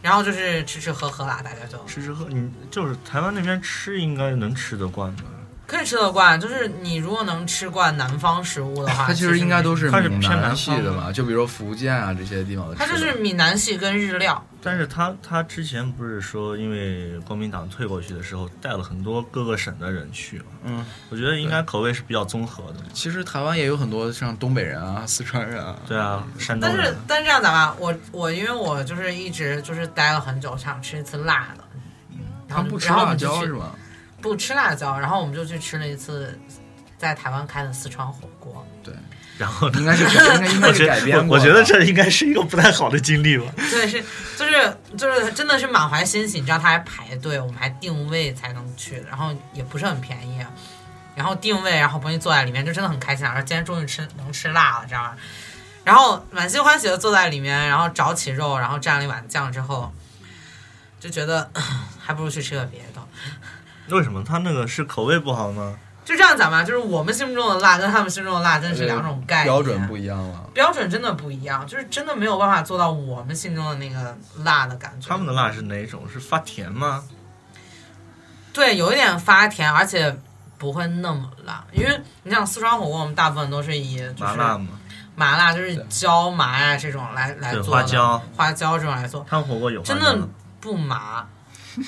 然后就是吃吃喝喝啦，大家就
吃吃喝，你就是台湾那边吃应该能吃得惯吧？
可以吃得惯。就是你如果能吃惯南方食物的话，
它其实应该都是
它是
闽
偏
南
南
系
方
的
的
嘛，就比如说福建啊这些地方的吃
它
的。
就是闽南系跟日料，
但是他他之前不是说，因为国民党退过去的时候，带了很多各个省的人去嘛。
嗯，
我觉得应该口味是比较综合的。
其实台湾也有很多像东北人啊、四川人啊，
对啊，山东
但是
人
但是这样咋办？我我因为我就是一直就是待了很久，想吃一次辣的，然
他
后
们嗯不吃
然后我
辣
们就
椒
去
是吧？
不吃辣椒，然后我们就去吃了一次在台湾开的四川火锅。
对，
然后呢
应该是改应该应
我
该
觉
是改
得
编
我
过
我
的
觉得这应该是一个不太好的经历吧。
对，是就是就是真的是满怀欣喜，你知道他还排队，我们还定位才能去，然后也不是很便宜。啊然后定位，然后朋友坐在里面，就真的很开心啊！说今天终于吃能吃辣了，这样。然后满心欢喜的坐在里面，然后找起肉，然后蘸了一碗酱之后，就觉得 还不如去吃个别的。
为什么他那个是口味不好吗？
就这样讲吧，就是我们心目中的辣跟他们心目中的辣真的是两种概念，
呃标准不一样了。
标准真的不一样，就是真的没有办法做到我们心中的那个辣的感觉。
他们的辣是哪种？是发甜吗？
对有一点发甜，而且不会那么辣，因为你像四川火锅，我们大部分都是以就是
麻辣吗？
麻辣就是椒麻呀、这种来来
对，
做
花
的
椒。
花椒这种来做，
他们火锅有花椒
真
吗
的不麻。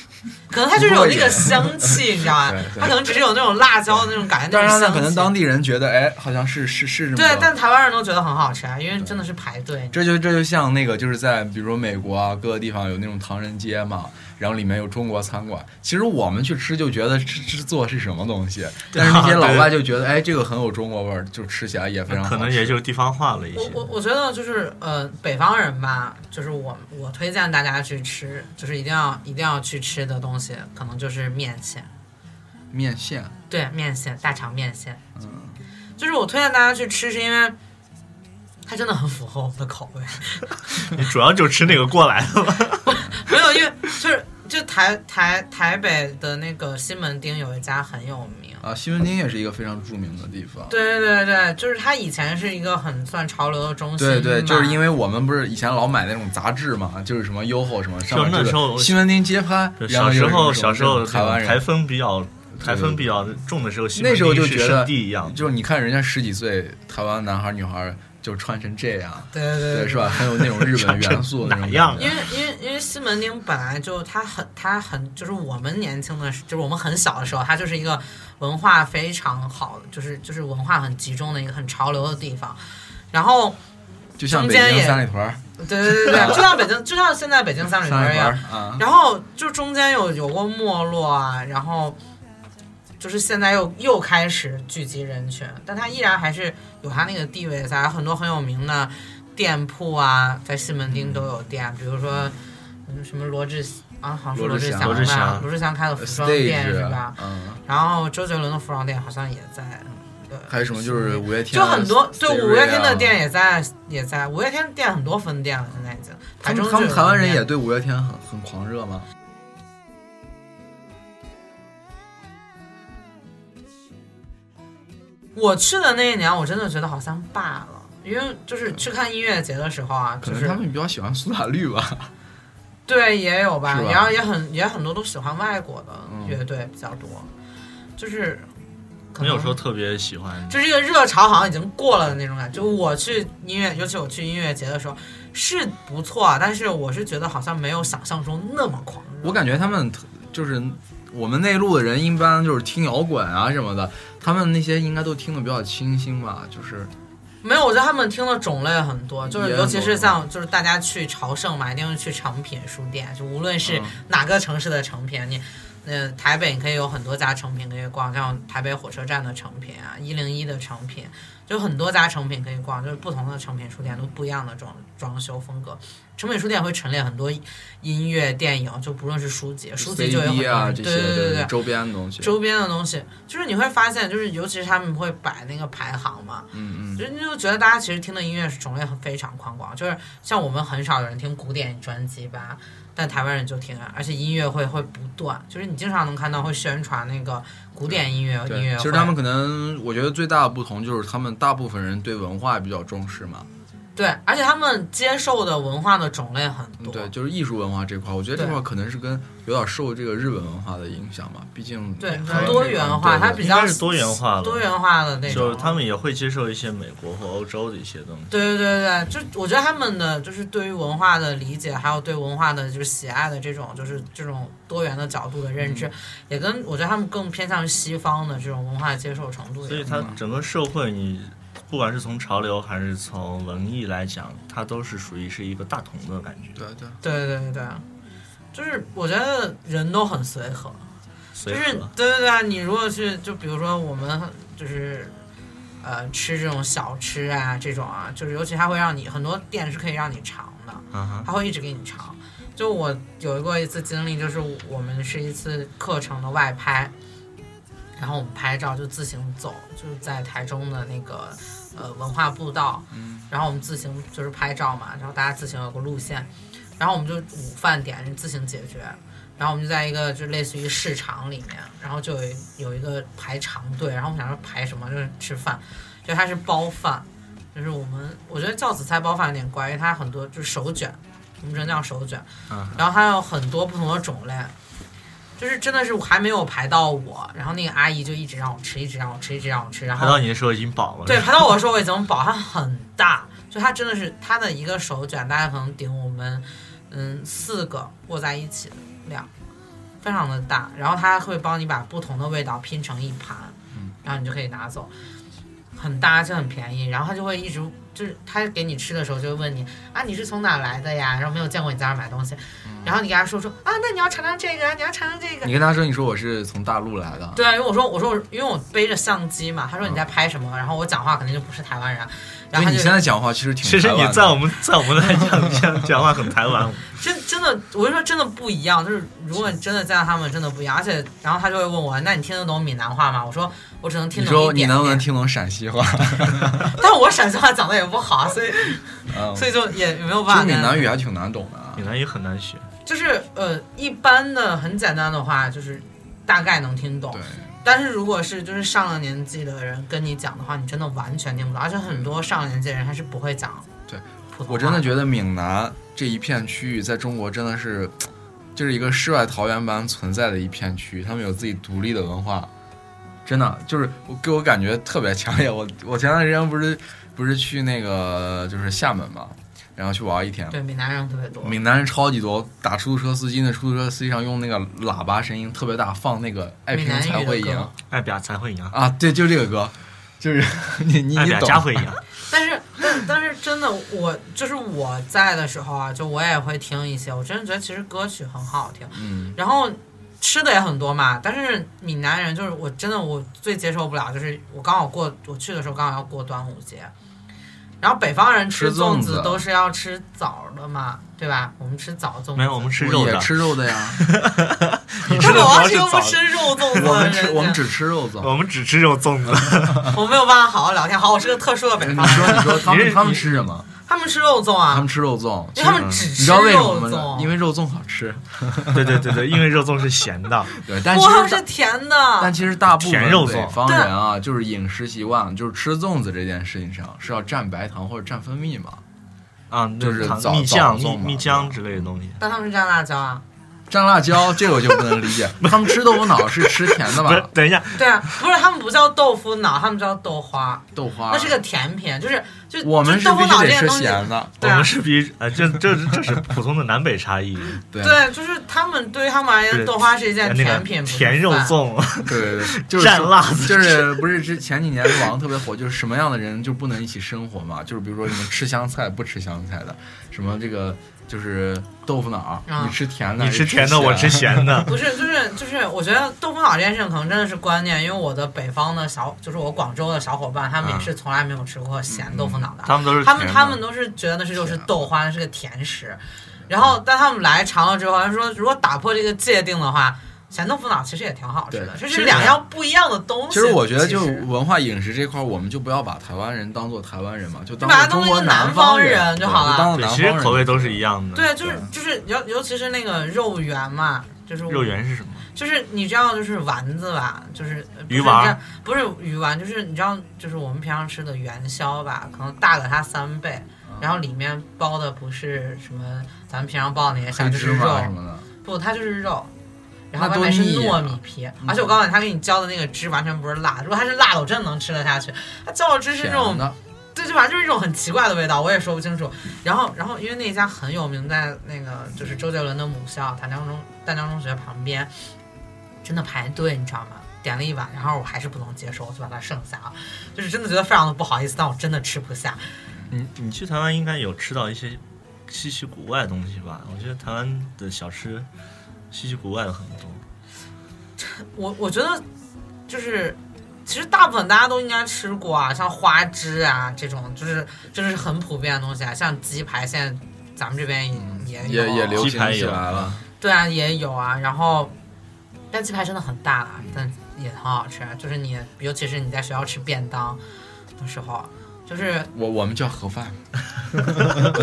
可能它就是有那个香气，你知道吧
对？对
它可能只是有那种辣椒的那种感觉，
但
那
是
种香
呢，
气。
可能当地人觉得，哎，好像是是是这么
对
着，
但台湾人都觉得很好吃啊，因为真的是排队。
这就这就像那个，就是在比如说美国啊，各个地方有那种唐人街嘛，然后里面有中国餐馆。其实我们去吃就觉得吃吃做是什么东西，但是那些老外就觉得，哎，这个很有中国味儿，就吃起来也非常好吃。
可能也就是地方化了一
我
些。
我我觉得就是呃，北方人吧，就是我我推荐大家去吃，就是一定要一定要去吃的东西，可能就是面线，
面线，
对，面线，大肠面线。
嗯，
就是我推荐大家去吃，是因为它真的很符合我们的口味。
你主要就吃那个过来的吧？
没有，因为就是就台台台北的那个西门町有一家很有名。
啊，西门町也是一个非常著名的地方。
对对对对，就是它以前是一个很算潮流的中心嘛，
对对，就是因为我们不是以前老买那种杂志嘛，就是什么优厚什么，上面
就那时候
西门町街拍，然
小
后
时
有什
候
么
小时候
台湾
台
人，
风比较台
对
风比较重的时候，西
那
门
时候
町
就是觉得
圣地一样。
就是你看人家十几岁台湾男孩女孩就穿成这样，
对对对
对，是吧？很有那种日本元素的那种
长成哪样啊
感觉
因为因为因为西门町本来就它很它很就是我们年轻的时，就是我们很小的时候，它就是一个文化非常好，就是就是文化很集中的一个很潮流的地方。然后，
就像北
中间
京
也
三里屯儿，
对对对对，就像北京，就像现在北京三里
三
屯
里屯
一样
儿，啊，
然后就中间有有过没落啊，然后就是现在又又开始聚集人群，但它依然还是有它那个地位在，很多很有名的店铺啊，在西门町都有店，比如说嗯什么罗志啊，好像是
罗
罗
志
志
祥
祥吧，
罗志祥
罗志祥开的服装
stage
店是吧？
嗯，
然后周杰伦的服装店好像也在，对
还有什么就是五月天
就
啊，
很多，对
Siri 啊
五月天的店也在也在，五月天店很多分店了，现在已经，
他
台中
们他们
就有
台湾人
面
也对五月天很很狂热吗？
我去的那一年，我真的觉得好像罢了，因为就是去看音乐节的时候啊，
可
就
能
是
他们比较喜欢苏打绿吧。
对也有吧，
是吧
然后也很也很多都喜欢外国的
嗯
乐队比较多，就是可
没有
能
说特别喜欢，
就是这个热潮好像已经过了的那种感觉。就我去音乐，尤其我去音乐节的时候是不错啊，但是我是觉得好像没有想象中那么狂热。
我感觉他们特就是我们内陆的人，一般就是听摇滚啊什么的，他们那些应该都听的比较清新吧，就是
没有，我觉得他们听的种类很多，就是
也
尤其
很
是
多
像就是大家去朝圣嘛，一定是去诚品书店，就无论是
嗯
哪个城市的诚品，你。呃，台北你可以有很多家诚品可以逛，像台北火车站的诚品啊，一零一的诚品，就很多家诚品可以逛，就是不同的诚品书店都不一样的装装修风格。诚品书店会陈列很多音乐、电影，就不论是书籍，书籍就有很多
CD 啊
人
这
对
些
对对对，
周边的东西。
周边的东西，就是你会发现，就是尤其是他们会摆那个排行嘛，
嗯嗯，
就就觉得大家其实听的音乐是种类很非常宽广，就是像我们很少有人听古典专辑吧，但台湾人就听啊，而且音乐会会不断，就是你经常能看到会宣传那个古典音乐音
对，
乐会。
其实他们可能我觉得最大的不同就是他们大部分人对文化比较重视嘛，
对，而且他们接受的文化的种类很多。
嗯对，就是艺术文化这块，我觉得这块可能是跟有点受这个日本文化的影响吧，毕竟
对
台湾
多
这
元
块
化
对对
它比
应
较
该是多元化了，
多元化的那种，
就是他们也会接受一些美国或欧洲的一些东西。
对对对对，就我觉得他们的就是对于文化的理解，还有对文化的就是喜爱的这种就是这种多元的角度的认知，
嗯
也跟我觉得他们更偏向于西方的这种文化接受程度也
所以
有关。
它整个社会，你不管是从潮流还是从文艺来讲，它都是属于是一个大同的感觉。
对对。
对对对对，就是我觉得人都很随和，
随
就是
和，
对对对啊，你如果去就比如说我们就是。呃，吃这种小吃啊，这种啊，就是尤其它会让你很多店是可以让你尝的，
嗯哼，
他会一直给你尝。就我有过一次经历，就是我们是一次课程的外拍，然后我们拍照就自行走，就是在台中的那个呃文化步道，
嗯
然后我们自行就是拍照嘛，然后大家自行有个路线，然后我们就午饭点是自行解决，然后我们就在一个就类似于市场里面，然后就有一有一个排长队，然后我们想说排什么，就是吃饭，就它是包饭，就是我们我觉得叫紫菜包饭有点怪，因为它很多就是手卷，我们只能叫手卷，
嗯
然后它有很多不同的种类。就是真的是还没有排到我，然后那个阿姨就一直让我吃，一直让我吃，一直让我吃，然后
看到你的时候已经饱了。
对，排到我说我已经饱，它很大，就它真的是它的一个手卷，大概可能顶我们嗯四个握在一起的量，非常的大。然后它会帮你把不同的味道拼成一盘，然后你就可以拿走，很大而且很便宜。然后它就会一直就是它给你吃的时候就会问你啊你是从哪来的呀？然后没有见过你在那儿买东西，然后你给他说说啊那你要尝尝这个，你要尝尝这个
你。跟他说，你说我是从大陆来的，
对啊，因为我说我说我因为我背着相机嘛，他说你在拍什么，然后我讲话肯定就不是台湾人，
嗯所
然后
以
他
你
就
现在讲话其实挺
其实
台湾
你
的
在我们在我们来讲讲讲话很台湾，
真真的，我就说真的不一样，就是如果你真的见到他们，真的不一样，而且然后他就会问我，那你听得懂闽南话吗？我说我只能听
你
懂
说
一
你
点点，
能不能听懂陕西 话？
但我陕西话讲的也不好，所以
嗯，
所以就也没有
其
办
实
法跟。
闽南语还挺难懂的啊
闽。南语很难学。
就是呃一般的很简单的话，就是大概能听懂
对，，
但是如果是就是上了年纪的人跟你讲的话，你真的完全听不懂，而且很多上了年纪的人他是不会讲
对
普通话。
我真的觉得闽南这一片区域在中国真的是，就是一个世外桃源般存在的一片区域，他们有自己独立的文化，真的就是我给我感觉特别强烈。我我前段时间不是不是去那个就是厦门嘛，然后去玩一天，
对闽南人特别多，
啊闽南人超级多，打出租车司机那出租车司机上用那个喇叭声音特别大，放那个《爱
闽
拼
南
才
语
会
的
赢
歌》
爱表才会赢，
啊，对，就这个歌，就是 你你
爱
你
表
懂
家会赢。啊
但是，但但是真的，我就是我在的时候啊，就我也会听一些，我真的觉得其实歌曲很好听，
嗯，
然后吃的也很多嘛。但是闽南人就是我真的我最接受不了，就是我刚好过我去的时候刚好要过端午节，然后北方人吃
吃粽
粽
子啊
子都是要吃枣的嘛，对吧？我们吃枣粽子，
没有，我们吃
我
肉
也
的，
吃肉的呀，
你
但
吃的主要
我要是
是
又不
枣子
吃，肉粽子
我
的
们吃
人，
我们只吃肉 粽。
我们只吃肉粽子。
我没有办法好好聊天。好，我是个特殊的北
你
方人。
说你说他
你
们
是
他们吃什么？
他们吃肉粽
啊他
啊
们，吃肉粽，
因为他们
其实
只
你
吃
知道为什么吗
肉粽？
因为肉粽好吃。
对对对对，因为肉粽是咸的，
对，但
不
其
过他们
实
是
大
甜的。
但其实大部
甜
分
肉粽
北方人啊，就是饮食习惯，就是吃粽子这件事情上是要蘸白糖或者蘸蜂蜜嘛，
啊，那
就是
糖
枣
蜜酱、
枣粽
蜜
嘛
蜜浆之类的东西。
但他们是蘸辣椒啊？
蘸辣椒这个我就不能理 解，他们吃豆腐脑是吃甜的
不是
吧？，
等一下，
对啊，不是他们不叫豆腐脑，他们叫豆花，
豆花
那是个甜品，就是就
我们
就是豆腐
必须
脑
得
这件
吃
东西，
咸的，
我
对啊
们是比啊，这这这是普通的南北差异。
对
对，就是他们对于他们而
对
言，豆花是一 件
那个
甜品，不是
甜肉
饭。
粽，
对对对，就是
蘸
说
辣子
就是不是之前几年网上特别火，就是什么样的人就不能一起生活嘛？就是比如说什么吃香菜不吃香菜的，什么这个就是豆腐脑，
啊
你吃甜的，
你吃甜的，
还
我吃
是咸
咸的。
不是，就是就是，我觉得豆腐脑这件事情可能真的是观念，因为我的北方的小，就是我广州的小伙伴，他们也
嗯
是从来没有吃过咸豆腐脑的，
他们都是
他们
甜
他
的
们都是觉得那是就是
甜
豆花，那是个甜食。然后，但他们来尝了之后，他说如果打破这个界定的话，咸豆腐脑其实也挺好吃的，
对
这
其
是
实
两样不一样的东西。
其实我觉得，
其
就
实
文化饮食这块儿，我们就不要把台湾人当做台湾人嘛，就当
把它
做
当
中
做一
国
个
南
南方
人
人就好了
对当做
对
南，方
其实
人
口味都是一样的。
对，
啊
就是就是尤尤其是那个肉圆嘛，就是
肉圆是什么？
就是你知道，就是丸子吧，就是呃不是
鱼丸儿
这样不是鱼丸，就是你知道，就是我们平常吃的元宵吧，可能大个它三倍，然后里面包的不是什么咱们平常包的那些
黑
馅，就
芝
是
麻
肉
什，么的，
不，它就是肉。然后
那
外
多
面是
腻
糯
啊
米皮，而且我告诉你，他给你浇的那个汁完全不是辣的。如果它是辣的，我真的能吃得下去。它浇的汁是那种
甜的，
对，就反正就是一种很奇怪的味道，我也说不清楚。然后，然后因为那家很有名，在那个就是周杰伦的母校淡江中淡江中学旁边，真的排队，你知道吗？点了一碗，然后我还是不能接受，我就把它剩下了，就是真的觉得非常的不好意思，但我真的吃不下。
你你去台湾应该有吃到一些稀奇古怪的东西吧？我觉得台湾的小吃稀奇古怪的很多。
我我觉得就是。其实大部分大家都应该吃过啊，像花枝啊这种，就是真的是很普遍的东西啊。像鸡排，现在咱们这边也也
嗯也也
有
流
鸡
行
排
起
有
来了。
对啊，也有啊。然后，但鸡排真的很大啦，但也很好吃。啊就是你，尤其是你在学校吃便当的时候， 就是
我我们叫盒饭，
我跟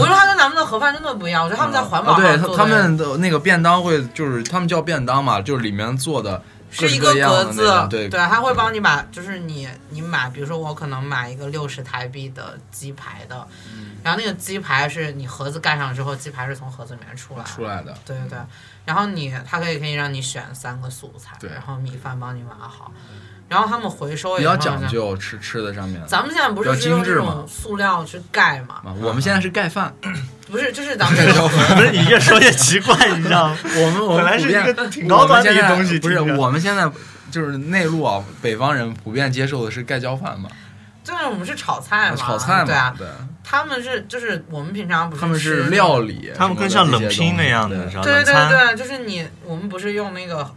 你说它跟咱们的盒饭真的不一样。我觉得他们在环保
啊，
上做
对
的、
他他们的那个便当会就是他们叫便当嘛，就是里面做的各
是
式
一个
各样的
格
那
子
种，对
对，他会帮你把，就是你你买，比如说我可能买一个六十台币的鸡排的，
嗯
然后那个鸡排是你盒子盖上之后，鸡排是从盒子里面出来的
出来的，
对对对，然后你它可以可以让你选三个素菜，
对
然后米饭帮你码好，然后他们回收也
比较
是
讲
像。
究吃吃的上面的
咱们现在不
比较
是是用
精
这
致嘛
种塑料去盖嘛？
啊，我们现在是盖饭，
不是，就 是咱们这个
不是你越说越奇怪，你知道 吗？
我们我们
本来是
普遍
一个挺高端的一个
我们现在
东西
不是
听着
我们现在就是内陆啊，北方人普遍接受的是盖浇饭嘛，
就是我们是炒菜嘛，
炒菜嘛，
对啊，
对，
他们是就是我们平常不是
他们
吃
是
那
料
种，
理，
他们更像冷拼那样的，你知道吗？
对
啊冷
对
餐
对，就是你我们不是用那个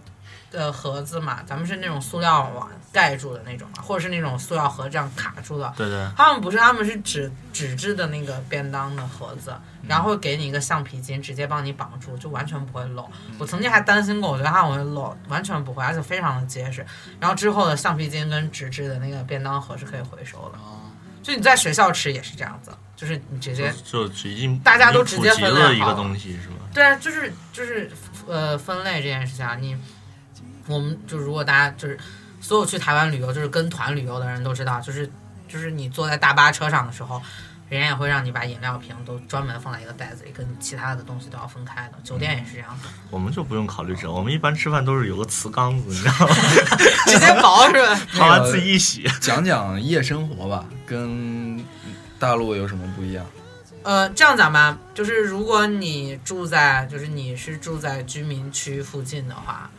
呃盒子嘛，咱们是那种塑料网盖住的那种嘛，或者是那种塑料盒这样卡住的，
对对，
他们不是，他们是纸纸质的那个便当的盒子，
嗯
然后给你一个橡皮筋，直接帮你绑住，就完全不会漏。
嗯
我曾经还担心过，我觉得它会漏，完全不会，而且非常的结实。然后之后的橡皮筋跟纸质的那个便当盒是可以回收的，就你在学校吃也是这样子，就是你直接
就就已经
大家都
已经
直接
普及
分类
了一
好
个
了
东西是吧？
对啊，就是就是呃分类这件事情啊，你我们就如果大家就是所有去台湾旅游，就是跟团旅游的人都知道，就是就是你坐在大巴车上的时候，人家也会让你把饮料瓶都专门放在一个袋子里，跟其他的东西都要分开的。酒店也是这样的，
我们就不用考虑这，我们一般吃饭都是有个瓷缸子，你知道吗？
直接薄是吧？
掏完自己一洗。
讲讲夜生活吧，跟大陆有什么不一样？
呃，这样讲吧，就是如果你住在，就是你是住在居民区附近的话，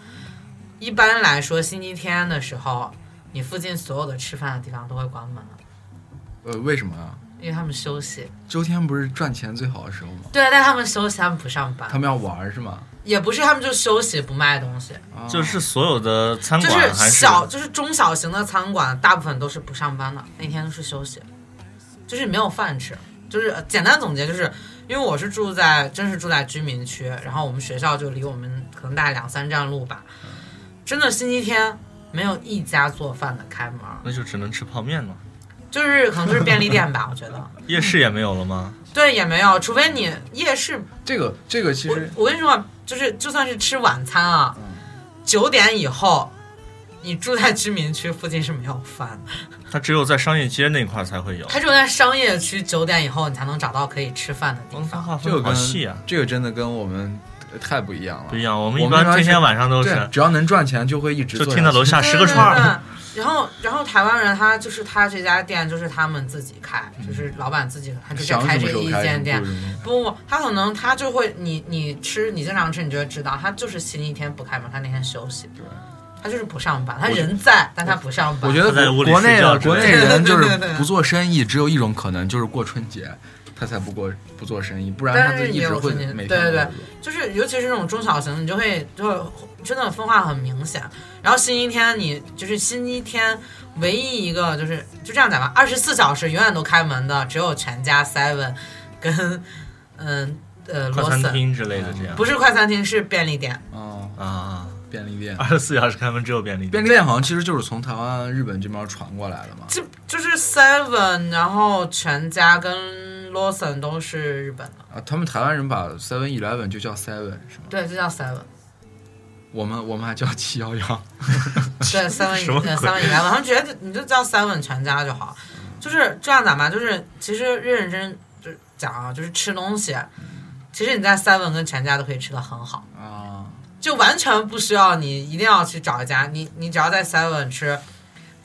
一般来说星期天的时候，你附近所有的吃饭的地方都会关门了，
呃，为什么啊？
因为他们休息。
周天不是赚钱最好的时候吗？
对，但他们休息，他们不上班
他，们要玩儿是吗？
也不是他们就休息不卖东西，
啊
就是所有的餐
就
馆还
小就是中小型的餐馆，大部分都是不上班的，那天都是休息，就是没有饭吃。就是呃简单总结，就是因为我是住在真是住在居民区，然后我们学校就离我们可能大概两三站路吧，真的星期天没有一家做饭的开门，
那就只能吃泡面了。
就是可能就是便利店吧，我觉得。
夜市也没有了吗？
对，也没有，除非你夜市。
这个这个其
我
实
我跟你说，就是就算是吃晚餐啊，九点以后，你住在居民区附近是没有饭的，
它只有在商业街那块儿才会有。
它只有在商业区九点以后，你才能找到可以吃饭的地
嗯它
方。
划
这
分
个
得好
跟
细啊，
这个真的跟我们呃太不一样了。
不一样。我们一
我们一
般
般
天
是
天晚上都
对
是，
只要能赚钱就会一直
就
做
听到
下去
楼下
对
十个串。
对对
儿，
然后，然后台湾人他就是他这家店就是他们自己开，就是老板自己他直接
想
开
什么
这
时
个
候
一
开什么
间店
不。什么时候
不，他可能他就会你你吃你经常吃，你就会知道他就是星期天不开门，他那天休息，他就是不上班，他人在，但他不上班。
我觉得
他在
国
屋里
国内
睡觉
的
之
国
类
内
的
人就
对
是
对对对
不做生意，只有一种可能就是过春节，他才不过不做生意，不然
但
他
是
就一
也
直
有
会
春节
每天
对
都
对对
有
就是尤其是这种中小型，你就会就会真的分化很明显。然后星期天你就是星期天唯一一个就是就这样讲吧，二十四小时永远都开门的只有全家 seven 跟嗯呃
快
罗
餐
森，
厅之类的这样。
不是快餐厅是便利店。
哦，
啊，
便利店，
二十四小时开门只有便利店。
便利店好像其实就是从台湾、日本这边传过来的嘛。
就就是 Seven，然后全家跟 Lawson 都是日本的，
啊，他们台湾人把 Seven Eleven 就叫 Seven 是吗？
对，就叫 Seven，
我们我们还叫七幺幺。
对 Seven
什么鬼
呃 Seven Eleven，他们觉得你就叫 Seven 全家就好，就是这样讲吧，就是其实认认真真讲啊，就是吃东西，其实你在 Seven 跟全家都可以吃的很好，
啊，
就完全不需要你一定要去找一家，你你只要在 Seven 吃。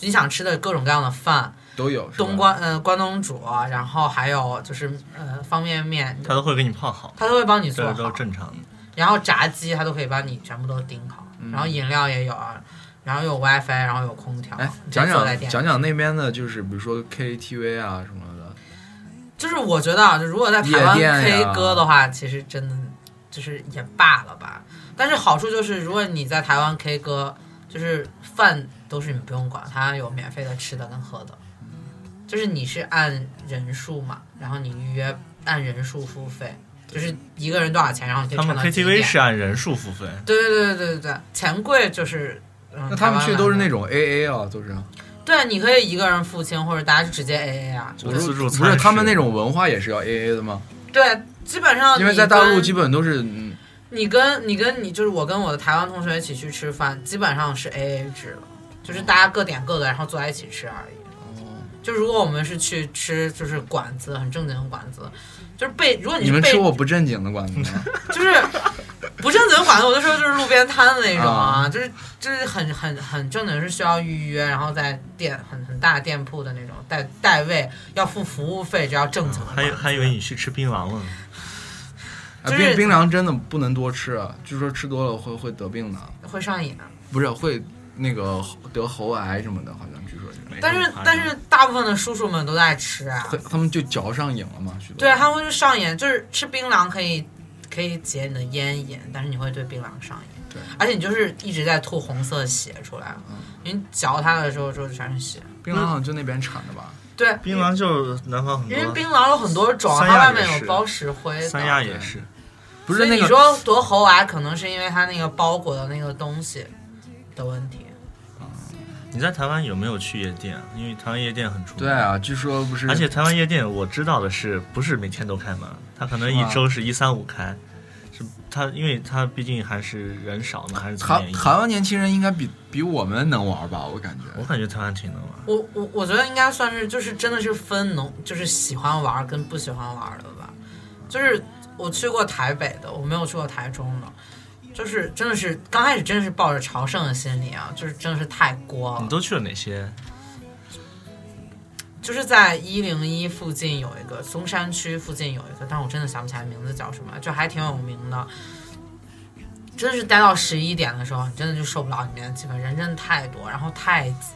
你想吃的各种各样的饭，
都有是吧
东关嗯、呃、关东煮，然后还有就是呃方便面，
他都会给你泡好，
他都会帮你
这
做
个
好。
都是正常的。
然后炸鸡它都可以帮你全部都盯好，
嗯
然后饮料也有啊，然后有 WiFi，然后有空调。
哎，
你
讲
就坐在
讲
店里
讲讲那边的，就是比如说 KTV 啊什么的，
就是我觉得啊，就如果在台湾
夜店呀
K 歌的话，其实真的就是也罢了吧。但是好处就是，如果你在台湾 K 歌，就是饭都是你不用管，它有免费的吃的跟喝的，就是你是按人数嘛，然后你预约按人数付费，就是一个人多少钱，然后你可以
他
唱
们
到几点
KTV 是啊按人数付费，
对对对对对对，钱柜就是。嗯、
那他们去都是
种。
那种 AA 啊，都是。
对，你可以一个人付清，或者大家就直接 AA 啊。
就自助餐
不是他们那
种
种文化也是要 AA 的吗？
对，基本上
因为
你
在大陆
跟
基本都是嗯
你跟你跟你就是我跟我的台湾同学一起去吃饭，基本上是 AA 制了，就是大家各点各的，然后坐在一起吃而已。就如果我们是去吃就是馆子，很正经的馆子，就是被如果
你
是
们
被
吃过不正经的馆子吗？
就是不正经的馆子，我就说就是路边摊那种啊，就是就是很很很正经是需要预约，然后在店很很大的店铺的那种带带位要付服务费，只要正经的馆
还
子。
以还以为你去吃槟榔了呢。
啊
就是
冰冰凉真的不能多吃，啊，据说吃多了会会得病的，啊
会上瘾，
不是会那个喉得喉癌什么的，好像据说是。
但是但是大部分的叔叔们都在吃啊，
他他们就嚼上瘾了嘛，许多
对，他们就上瘾，就是吃槟榔可以可以解你的烟瘾，但是你会对槟榔上瘾，
对，
而且你就是一直在吐红色血出来，
嗯
你嚼它的时候就全是血，
槟榔好像就那边产的吧？
对，
槟榔就南方很
因为
多，
槟榔有很多种，啊
三
它
亚
外
也
面
是
有包石灰的，
三亚也是。
不
所
是
以
那
你
个
说得喉癌，可能是因为它那个包裹的那个东西的问题。
你在台湾有没有去夜店啊？因为台湾夜店很出名。
对啊，据说不是，
而且台湾夜店我知道的是，不是每天都开门，它可能
是
一
吗
周是一三五开，是它因为它毕竟还是人少嘛，还是怎么
台
样？
台湾年轻人应该比比我们能玩吧，我感觉。
我感觉台湾挺能玩，
我我我觉得应该算是就是真的是分农，就是喜欢玩跟不喜欢玩的吧。就是我去过台北的，我没有去过台中的，就是真的是刚开始真的是抱着朝圣的心理啊，就是真的是太锅
你
了。
都去了哪些？
就是在一零一附近有一个，松山区附近有一个，但我真的想不起来名字叫什么，就还挺有名的。真的是待到十一点的时候，你真的就受不了里面的气氛，人真的太多，然后太挤，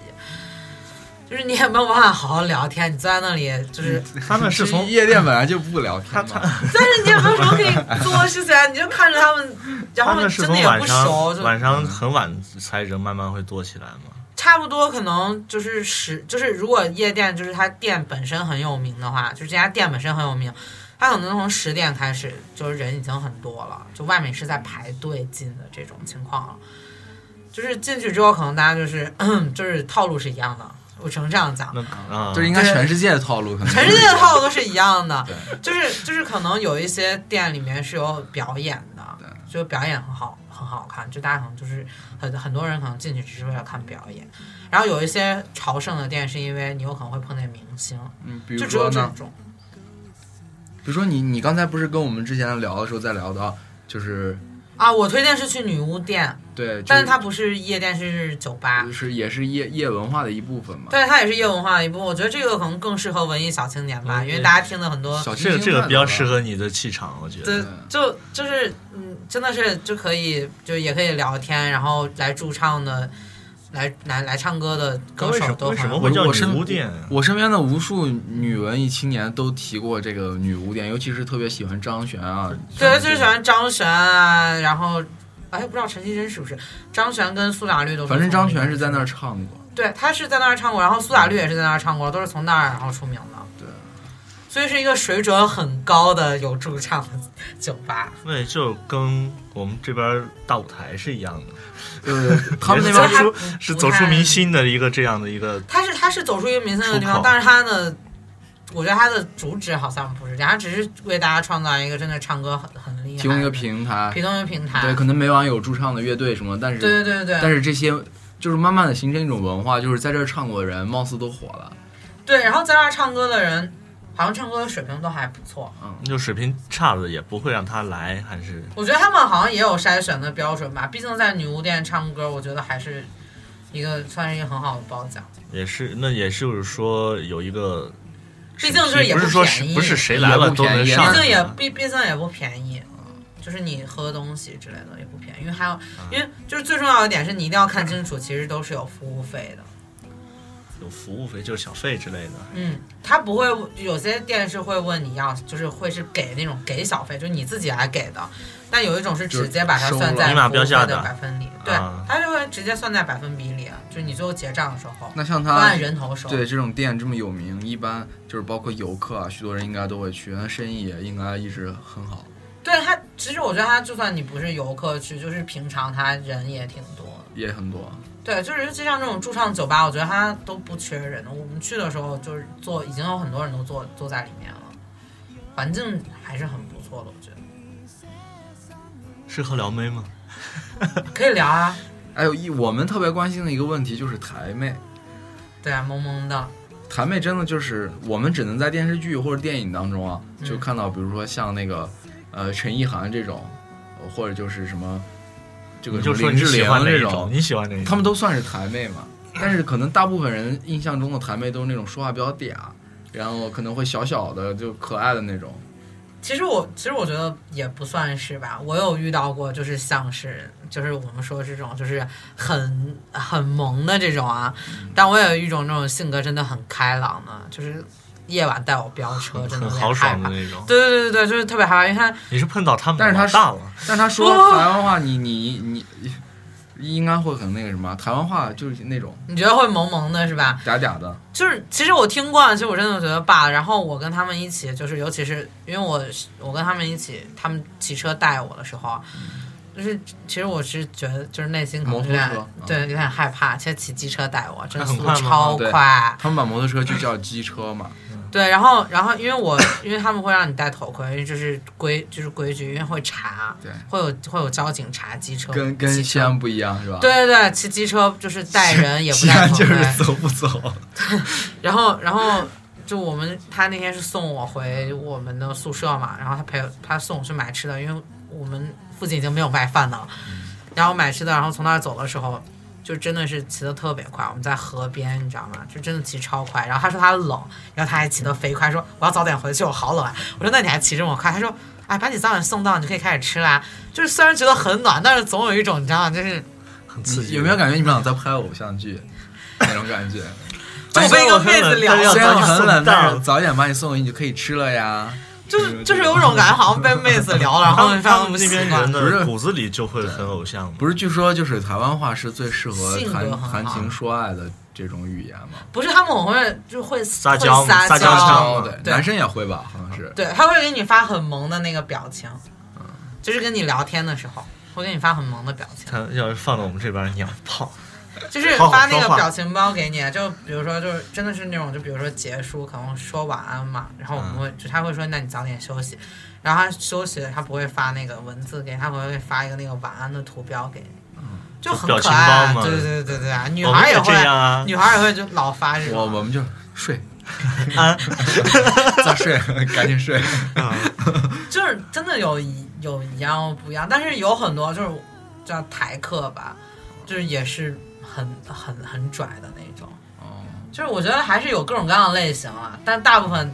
就是你也没有办法好好聊天，你坐在那里就是
他们是从
其实夜店本来就不聊天嘛，
他
但是你也没有什么可以做的事情啊，你就看着他 们，然后
他
他们
们是
真的
从
也
晚
不熟，
上
就
晚
嗯
上很晚才人慢慢会多起来嘛。
差不多可能就是十，就是如果夜店就是它店本身很有名的话，就是这家店本身很有名，它可能从十点开始就是人已经很多了，就外面是在排队进的这 种情况了。就是进去之后，可能大家就是就是套路是一样的，我只能这样讲。
那 啊，
就是应该全世界的套路，可能
全世界的套路都是一样的
对，
就是就是可能有一些店里面是有表演的，就表演很好很好看，就大家可能就是很很多人可能进去只是为了看表演，
嗯
然后有一些朝圣的店是因为你有可能会碰见明星，
嗯，比
就
如
只有
说
这
呢，
种，
比如说你你刚才不是跟我们之前聊的时候在聊到，就是
啊，我推荐是去女巫店，
对，
但是它不是夜店，是酒吧
就。是也是夜夜文化的一部分嘛。
但是它也是夜文化的一部分，我觉得这个可能更适合文艺小青年吧，
嗯
因为大家听的很多，
小清
这个
新
这个
范
比较
的吧
适合你的气场，我觉得。
对，就就是嗯，真的是就可以，就也可以聊天，然后来驻唱的，来来来唱歌的歌
为什
手
么
都
为什
很
么
我
会叫
我
女
身
巫店啊？
我身边的无数女文艺青年都提过这个女巫店，尤其是特别喜欢张悬啊，
对，就是喜欢张悬啊，然后哎，不知道陈绮贞是不是张悬跟苏打绿都是从，
反正张悬是在那儿唱过。
对，他是在那儿唱过，然后苏打绿也是在那儿唱过，都是从那儿然后出名的。
对，
所以是一个水准很高的有驻唱的 酒吧。
对，就跟我们这边大舞台是一样的，
呃， 他们那
走
边
出
不
是
不
走出
太
明星的一个这样的一个，
他是他是走出一个明星的
出
地方
口，
但是他的，我觉得他的主旨好像不是这样，他只是为大家创造一个真的唱歌很很厉害的，
提供一个平台，
提供一个平台。
啊
对，可能每晚有驻唱的乐队什么，但是
对对对对
但
对
是这些就是慢慢的形成一种文化，就是在这儿唱过的人貌似都火了，
对，然后在那儿唱歌的人，好像唱歌的水平都还不错。
就水平差的也不会让他来，还是
我觉得他们好像也有筛选的标准吧，毕竟在女巫店唱歌，我觉得还是一个算是一个很好的褒奖。
也是那也就是说有一个审
毕
批，
竟就是也
不是说
便
谁
宜，
不是谁来
也
了
不
都能
便宜
上啊
毕
的，
竟也毕毕竟也不便宜，嗯就是你喝东西之类的也不便宜，因为还有，
啊
因为就是最重要的点是你一定要看清楚，其实都是有服务
嗯
费的。
有服务费就是小费之类的。
嗯，他不会有些店是会问你要，就是会是给那种给小费，就是你自己来给的。但有一种是直接把它算在
就是收了明码
服务
标
费
价的
的百分里，对
啊，
他就会直接算在百分比里啊，就是你最后结账的时候，
那像
不
他
按人头收。
对这种店这么有名，一般就是包括游客啊，许多人应该都会去，那生意也应该一直很好。
对他，其实我觉得他就算你不是游客去，就是平常他人也挺多的。
也很多，
对，就是尤其像这种驻唱酒吧，我觉得它都不缺人。我们去的时候就是坐，已经有很多人都坐坐在里面了，环境还是很不错的，我觉得
适合撩妹吗？
可以聊啊。
还有一哎我们特别关心的一个问题就是台妹，
对啊，萌萌的，
台妹真的就是我们只能在电视剧或者电影当中啊，
嗯
就看到，比如说像那个呃陈意涵这种，呃或者就是什么这个
你就
什么
说
林
你
志
喜
玲
欢哪
这
一种，你喜欢哪一种？
他们都算是台妹嘛。但是可能大部分人印象中的台妹都是那种说话比较嗲，然后可能会小小的就可爱的那种。
其实我其实我觉得也不算是吧。我有遇到过，就是像是就是我们说这种就是很很萌的这种啊，
嗯
但我也有一种那种性格真的很开朗的，就是夜晚带我飙车，真的
很
有点
豪
害
爽
怕
的。那种。
对对对对，就是特别害怕，因为他
你是碰到他们，
但是他是
大了，
但他说
哦
台湾话，你你你你应该会很那个什么，台湾话就是那种
你觉得会萌萌的是吧？
嗲嗲的。
就是其实我听惯了，其实我真的觉得罢了。然后我跟他们一起，就是尤其是因为我我跟他们一起，他们骑车带我的时候，啊就是其实我是觉得就是内心可能有
模糊
点
是吧
对有点害怕。其实骑机车带我，真
那
的
很
速
快
度
吗
超
哦对
快。
他们把摩托车就叫机车嘛，
对，然后然后因为我因为他们会让你戴头盔，因为这是规就是规矩，因为会查，
对
会有会有交警查机
哦
车，
跟跟
骑
西
车
安不一样是吧？
对对对，骑机车就是带人也不
西
带
安
头
就
盔，
是走不走。
然后，然后就我们他那天是送我回我们的宿舍嘛，然后他陪他送我去买吃的，因为我们附近已经没有卖饭的了。
嗯
然后买吃的，然后从那儿走的时候，就真的是骑得特别快。我们在河边，你知道吗？就真的骑超快。然后他说他冷，然后他还骑得飞快，说我要早点回去，我好冷啊。我说那你还骑这么快？他说哎，把你早点送到，你就可以开始吃啦。就是虽然觉得很暖，但是总有一种你知道吗？就是
很刺
你
激。
有没有感觉你们俩在拍偶像剧那种感觉？
就我被一个妹子聊
但是 要
虽
早
然
点
很冷，但
送到
是早点把你送回去，你就可以吃了呀。
就是就是有种感觉，好像被妹子聊了，然后非
啊他
常
们
不
那
习
边
惯
人。
不是
的骨子里就会很偶像嘛。
不是，据说就是台湾话是最适合
性格很好
谈谈情说爱的这种语言嘛。
不是他们很会就会
撒
会
娇嘛
撒
撒娇
娇，
哦
对，
对
男生也会吧，好像是。
对，他会给你发很萌的那个表情，就是跟你聊天的时候会给你发很萌的表情。
他要是放到我们这边，娘炮，
就是
好好
发那
说
个
话
表情包给你，啊就比如说，就是真的是那种，就比如说结束，可能说晚安嘛，然后我们
嗯
会，就他会说，那你早点休息，然后他休息了，他不会发那个文字给你，他会发一个那个晚安的图标给你，就
嗯
很
表
可
情
爱啊、
包嘛
对对对对对啊，女
我们
孩也
这
会，
样啊，
女孩也会就老发这
我我
种，
们就睡，
安
咋睡？ 赶紧 睡。
就是真的有一有一样不一样，但是有很多就是叫台客吧，就是也是很很很拽的那种。
哦，
就是我觉得还是有各种各样的类型啊，但大部分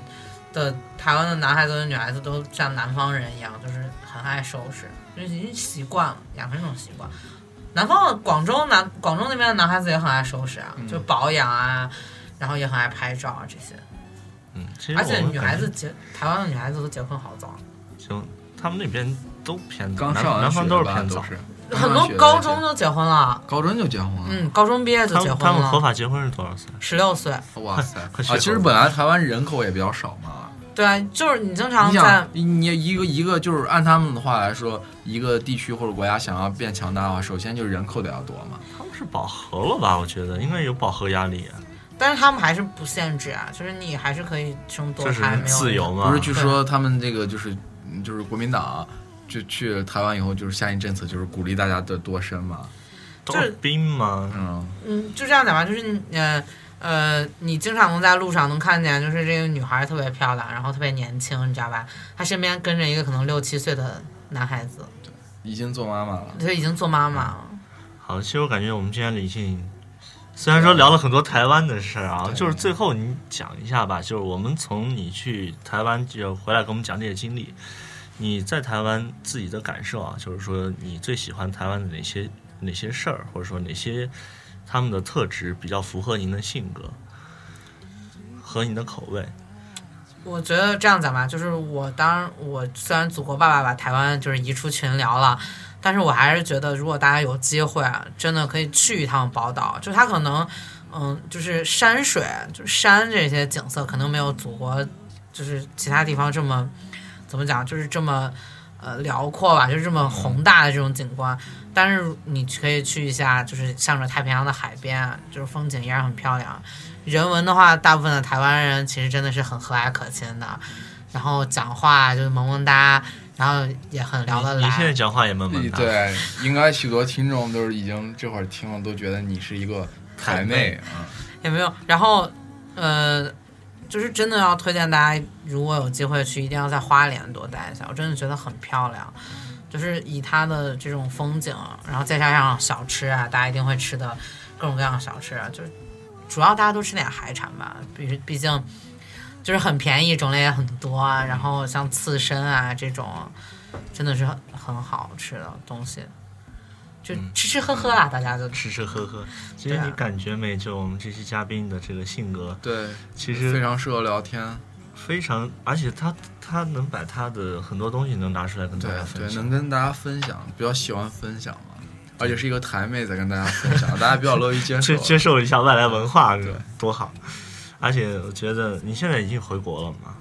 的台湾的男孩子跟女孩子都像南方人一样，就是很爱收拾，就是已经习惯了，养成一种习惯。南方广州南广州那边的男孩子也很爱收拾啊，
嗯
就保养啊，然后也很爱拍照啊这些。
嗯，其实
而且
我们
女
感
孩
觉
子结台湾的女孩子都结婚好早，
就他们那边都偏
刚
南
上完
南
学
方都是
吧
偏
都
早，
是刚
很
上
多
学的
高
这
中就结婚了，
高中就结婚了。
嗯，高中毕业就
他
结
们
婚
他们合
了，
法结婚是多少岁？
十六岁。
哇塞！
快学
啊，其
会
实
儿
本来台湾人口也比较少嘛。
对啊，就是你经常
你
在
想，你一个一个就是按他们的话来说，一个地区或者国家想要变强大的话，首先就是人口得要多嘛。
他们是饱和了吧？我觉得应该有饱和压力啊，
但是他们还是不限制啊，就是你还是可以生多
就是
胎，没有
自由嘛。
不是，据说他们这个就是嗯就是国民党就去台湾以后，就是下一政策就是鼓励大家的多生嘛。
都
就是
是兵嘛，
嗯，
嗯，就这样讲吧，就是你呃呃，你经常能在路上能看见，就是这个女孩特别漂亮，然后特别年轻，你知道吧？她身边跟着一个可能六七岁的男孩子，
已经做妈妈了。
就已经做妈妈了。
好，其实我感觉我们今天理性，虽然说聊了很多台湾的事儿啊，
对
就是最后你讲一下吧，就是我们从你去台湾就回来给我们讲这些经历，你在台湾自己的感受啊，就是说你最喜欢台湾的哪些哪些事儿，或者说哪些他们的特质比较符合您的性格和您的口味。
我觉得这样讲吧，就是我当我虽然祖国爸爸把台湾就是移出群聊了，但是我还是觉得，如果大家有机会啊，真的可以去一趟宝岛，就它可能，嗯，就是山水，就是山这些景色，可能没有祖国就是其他地方这么怎么讲，就是这么呃辽阔吧，就是这么宏大的这种景观。但是你可以去一下，就是向着太平洋的海边啊，就是风景依然很漂亮。人文的话，大部分的台湾人其实真的是很和蔼可亲的，然后讲话就是萌萌哒，然后也很聊得
你
来。
你现在讲话也闷闷的，
对，应该许多听众都是已经这会儿听了都觉得你是一个台妹啊。
也没有。然后，呃，就是真的要推荐大家，如果有机会去，一定要在花莲多待一下。我真的觉得很漂亮，就是以它的这种风景，然后再加上小吃啊，大家一定会吃的各种各样的小吃、啊，就是主要大家都吃点海产吧，毕毕竟就是很便宜，种类也很多啊。然后像刺身啊这种，真的是很很好吃的东西。就
嗯
吃吃喝喝啦，大家就
吃吃喝喝。其
对
实
啊
你感觉没，就我们这期嘉宾的这个性格，
对，
其
非
实
常适合聊天。
非常，而且他他能把他的很多东西能拿出来跟大
对
家分
对，
享
能。跟大家分享，比较喜欢分享嘛，而且是一个台妹在跟大家分 享，大家比较乐于接受
接。接受一下外来文化
对，
多好！而且我觉得你现在已经回国了嘛，